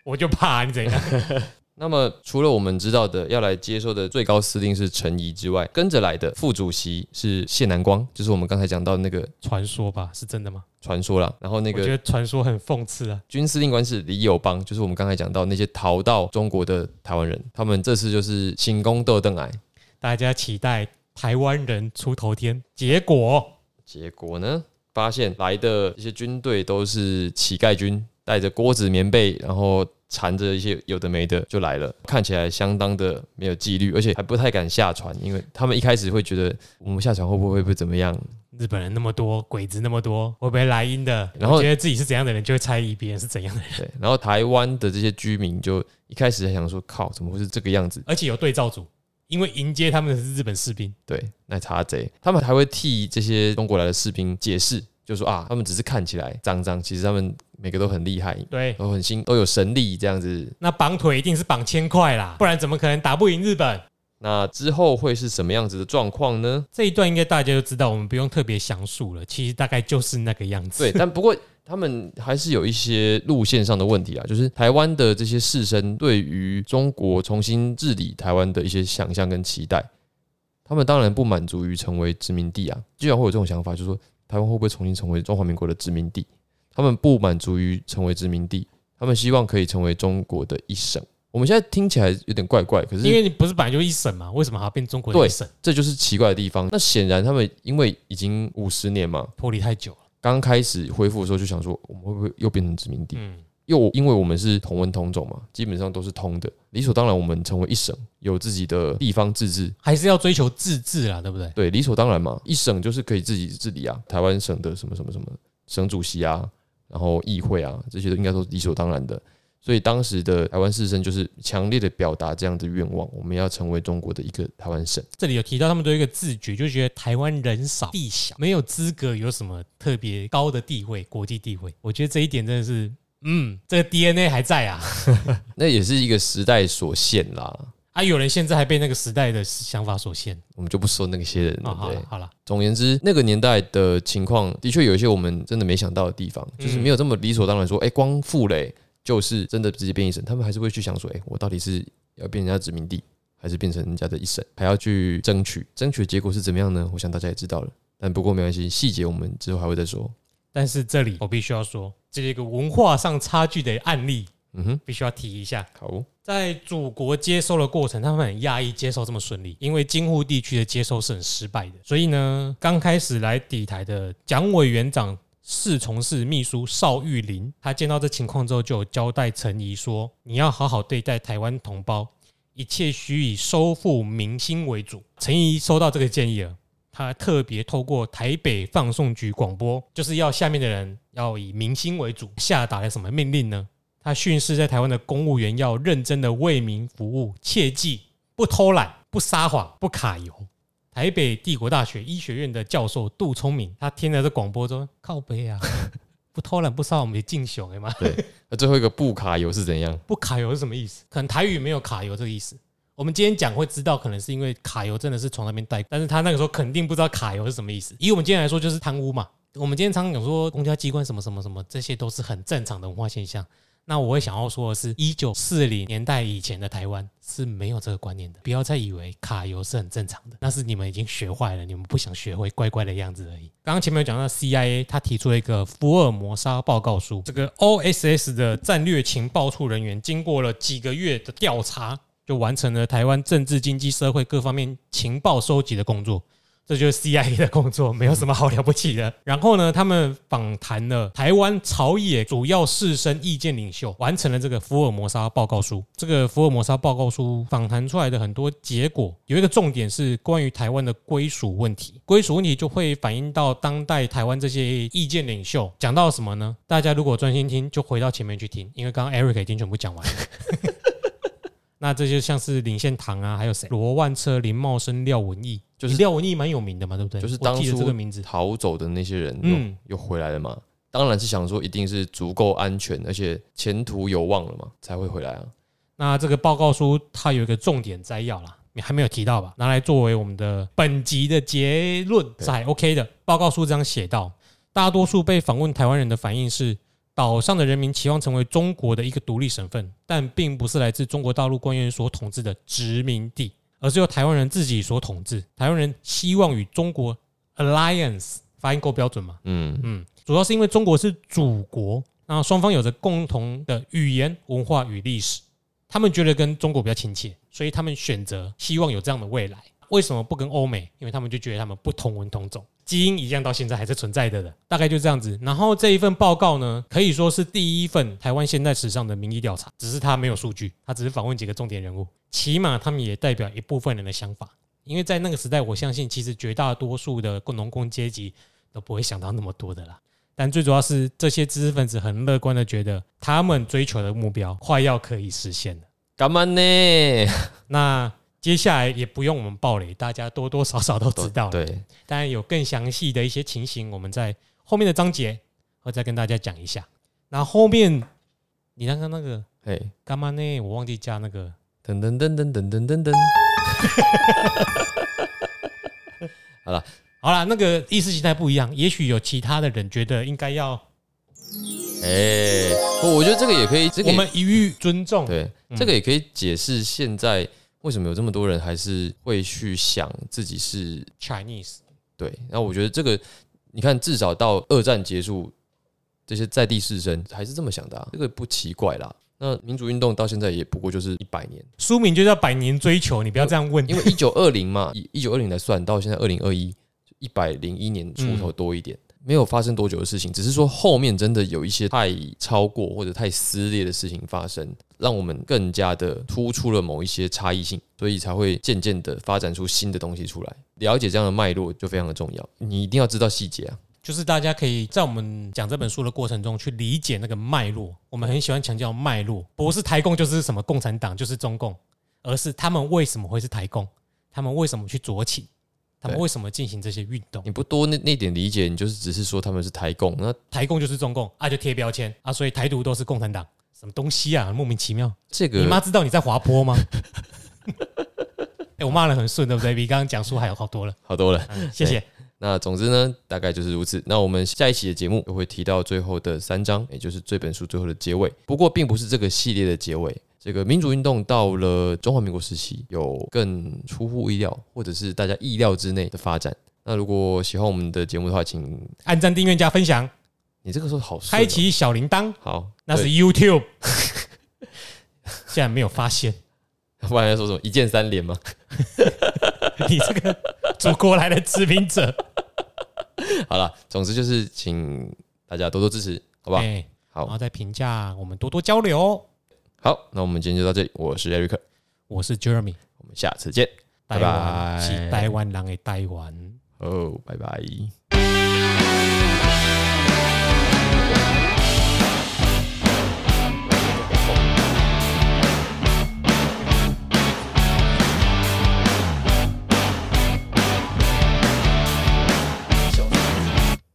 A: 我就怕你怎样？
B: 那么，除了我们知道的要来接收的最高司令是陈仪之外，跟着来的副主席是谢南光，就是我们刚才讲到那个
A: 传说吧，是真的吗？
B: 传说啦。然后那
A: 我觉得
B: 个
A: 传说很讽刺啊。
B: 军司令官是李友邦，就是我们刚才讲到那些逃到中国的台湾人，他们这次就是行宫斗啊邓癌。
A: 大家期待台湾人出头天，结果
B: 结果呢，发现来的一些军队都是乞丐军，带着锅子、棉被，然后缠着一些有的没的就来了，看起来相当的没有纪律，而且还不太敢下船，因为他们一开始会觉得嗯我们下船会不会会不会怎么样。
A: 日本人那么多，鬼子那么多，会不会来阴的？
B: 然后
A: 我觉得自己是怎样的人，就会猜疑别人是怎样的人，
B: 对，然后台湾的这些居民就一开始还想说，靠，怎么会是这个样子？
A: 而且有对照组，因为迎接他们的是日本士兵。
B: 对，那查贼，他们还会替这些中国来的士兵解释，就说啊，他们只是看起来脏脏，其实他们每个都很厉害，
A: 对，
B: 都很新，都有神力这样子。
A: 那绑腿一定是绑千块啦，不然怎么可能打不赢日本？
B: 那之后会是什么样子的状 况呢？
A: 这一段应该大家都知道，我们不用特别详述了。其实大概就是那个样子。
B: 对，但不过他们还是有一些路线上的问题啊，就是台湾的这些士绅对于中国重新治理台湾的一些想象跟期待，他们当然不满足于成为殖民地啊，居然会有这种想法，就是说台湾会不会重新成为中华民国的殖民地？他们不满足于成为殖民地，他们希望可以成为中国的一省。我们现在听起来有点怪怪，可是
A: 因为你不是本来就一省嘛，为什么还要变中国的一省？
B: 这就是奇怪的地方。那显然他们因为已经五十年嘛，
A: 脱离太久了。
B: 刚开始恢复的时候就想说，我们会不会又变成殖民地？
A: 嗯，
B: 又因为我们是同文同种嘛，基本上都是通的，理所当然我们成为一省，有自己的地方自治，
A: 还是要追求自治啦，对不对？
B: 对，理所当然嘛，一省就是可以自己治理啊，台湾省的什么什么什么省主席啊，然后议会啊，这些都应该都是理所当然的。所以当时的台湾士绅就是强烈的表达这样的愿望，我们要成为中国的一个台湾省。
A: 这里有提到他们都有一个自觉，就觉得台湾人少地小，没有资格有什么特别高的地位、国际地位。我觉得这一点真的是，嗯，这个 DNA 还在啊。
B: 那也是一个时代所限啦，
A: 啊，有人现在还被那个时代的想法所限
B: 我们就不说那些人
A: 啊、
B: 了。
A: 好
B: 嗯对
A: 了，好了，
B: 总而言之，那个年代的情况的确有一些我们真的没想到的地方，就是没有这么理所当然说，哎、光复嘞、就是真的直接变一省，他们还是会去想说，哎、我到底是要变人家殖民地，还是变成人家的一省，还要去争取，争取的结果是怎么样呢？我想大家也知道了，但不过没关系，细节我们之后还会再说。
A: 但是这里我必须要说，这是一个文化上差距的案例，
B: 嗯哼，
A: 必须要提一下。
B: 好哦，
A: 在祖国接收的过程，他们很讶异接收这么顺利，因为京沪地区的接收是很失败的。所以呢，刚开始来抵台的蒋委员长侍从室秘书邵玉林，他见到这情况之后，就有交代陈仪说：“你要好好对待台湾同胞，一切须以收复民心为主。”陈仪收到这个建议了。他特别透过台北放送局广播，就是要下面的人要以民心为主，下达了什么命令呢？他训示在台湾的公务员要认真的为民服务，切记不偷懒、不撒谎、不卡油。台北帝国大学医学院的教授杜聪明，他听了这广播中，靠背啊， 不偷懒、不撒谎，我们进雄哎嘛，
B: 那最后一个不卡油是怎样？
A: 不卡油是什么意思？可能台语没有卡油这个意思。我们今天讲会知道，可能是因为卡油真的是从那边带，但是他那个时候肯定不知道卡油是什么意思。以我们今天来说，就是贪污嘛。我们今天常常讲说公家机关什么什么什么，这些都是很正常的文化现象。那我会想要说的是，一九四零年代以前的台湾是没有这个观念的，不要再以为卡油是很正常的，那是你们已经学坏了，你们不想学会乖乖的样子而已。刚刚前面有讲到 CIA，他提出了一个福尔摩沙报告书，这个 OSS 的战略情报处人员经过了几个月的调查，就完成了台湾政治、经济、社会各方面情报收集的工作。这就是 CIA 的工作， 没有什么好了不起的。然后呢，他们访谈了台湾朝野主要士绅意见领袖，完成了这个福尔摩沙报告书。这个福尔摩沙报告书访谈出来的很多结果，有一个重点是关于台湾的归属问题。归属问题就会反映到当代台湾这些意见领袖讲到什么呢？大家如果专心听，就回到前面去听，因为刚刚 Eric 已经全部讲完了。那这就像是林献堂啊，还有谁？罗万车、林茂生、廖文义，
B: 就
A: 就是是廖文义蛮有名的嘛，对不对？
B: 就是
A: 我记
B: 当
A: 得
B: 初
A: 这个名字，
B: 逃走的那些人，嗯
A: 嗯，
B: 又回来了嘛？当然是想说一定是足够安全，而且前途有望了嘛，才会回来啊。
A: 那这个报告书它有一个重点摘要啦，你还没有提到吧？拿来作为我们的本集的结论
B: 对
A: 是还 OK 的。报告书这样写道：大多数被访问台湾人的反应是，岛上的人民期望成为中国的一个独立省份，但并不是来自中国大陆官员所统治的殖民地，而是由台湾人自己所统治。台湾人希望与中国 alliance，发音够标准吗？
B: 嗯，
A: 嗯，主要是因为中国是祖国，那双方有着共同的语言、文化与历史，他们觉得跟中国比较亲切，所以他们选择希望有这样的未来。为什么不跟欧美？因为他们就觉得他们不同文同种，基因一样到现在还是存在的的，大概就这样子。然后这一份报告呢，可以说是第一份台湾现代史上的民意调查，只是它没有数据，它只是访问几个重点人物，起码他们也代表一部分人的想法。因为在那个时代，我相信其实绝大多数的农工阶级都不会想到那么多的啦。但最主要是这些知识分子很乐观的觉得，他们追求的目标快要可以实现了。
B: 干嘛呢？
A: 那接下来也不用我们暴雷，大家多多少少都知道了。
B: 对，
A: 当然有更详细的一些情形，我们在后面的章节会再跟大家讲一下。那后面你刚刚那个
B: 嘿，
A: 干嘛呢？我忘记加那个，
B: 噔噔噔噔噔噔噔噔，
A: 好啦，那个意识形态不一样，也许有其他的人觉得应该要，
B: 哎，不我觉得这个也可以，这个
A: 我
B: 也
A: 们一律尊重。
B: 对，
A: 嗯
B: 这个也可以解释现在为什么有这么多人还是会去想自己是
A: Chinese，
B: 对。那我觉得这个，你看，至少到二战结束，这些在地士绅还是这么想的、啊，这个不奇怪啦。那民主运动到现在也不过就是一百年，
A: 书名就叫《百年追求》，你不要这样问。
B: 因为一九二零嘛，以一九二零来算，到现在二零二一，一百零一年出头多一点。没有发生多久的事情，只是说后面真的有一些太超过或者太撕裂的事情发生，让我们更加的突出了某一些差异性，所以才会渐渐的发展出新的东西出来。了解这样的脉络就非常的重要，你一定要知道细节啊。
A: 就是大家可以在我们讲这本书的过程中去理解那个脉络。我们很喜欢强调脉络，不是台共就是什么共产党就是中共，而是他们为什么会是台共，他们为什么去左起，他们
B: 对
A: 为什么进行这些运动
B: 你。不多那那点理解，你就是只是说他们是台共，那
A: 台共就是中共啊，就贴标签啊，所以台独都是共产党，什么东西啊，莫名其妙。
B: 这个
A: 你妈知道你在滑坡吗？ 哎、我骂的很顺，对不对？比刚刚讲述还有好多了。
B: 好多了。
A: 嗯谢谢。
B: 那总之呢，大概就是如此。那我们下一期的节目就会提到最后的三章，也就是这本书最后的结尾。不过，并不是这个系列的结尾。这个民主运动到了中华民国时期，有更出乎意料，或者是大家意料之内的发展。那如果喜欢我们的节目的话，请
A: 按赞、订阅、加分享，
B: 你这个说得好顺哦、
A: 开启小铃铛，
B: 好，
A: 那是
B: 对
A: YouTube，竟然没有发现，
B: 不然要说什么一键三连吗？
A: 你这个祖国来的殖民者，
B: 好了，总之就是请大家多多支持，好
A: 好
B: 不好？
A: 哎，然
B: 好
A: 后再评价，我们多多交流哦。
B: 好，那我们今天就到这里，我是 Eric，
A: 我是 Jeremy，
B: 我们下次见，拜
A: 台湾是
B: 拜，
A: 台湾人的台湾。
B: 哦，拜拜。
C: Thank you.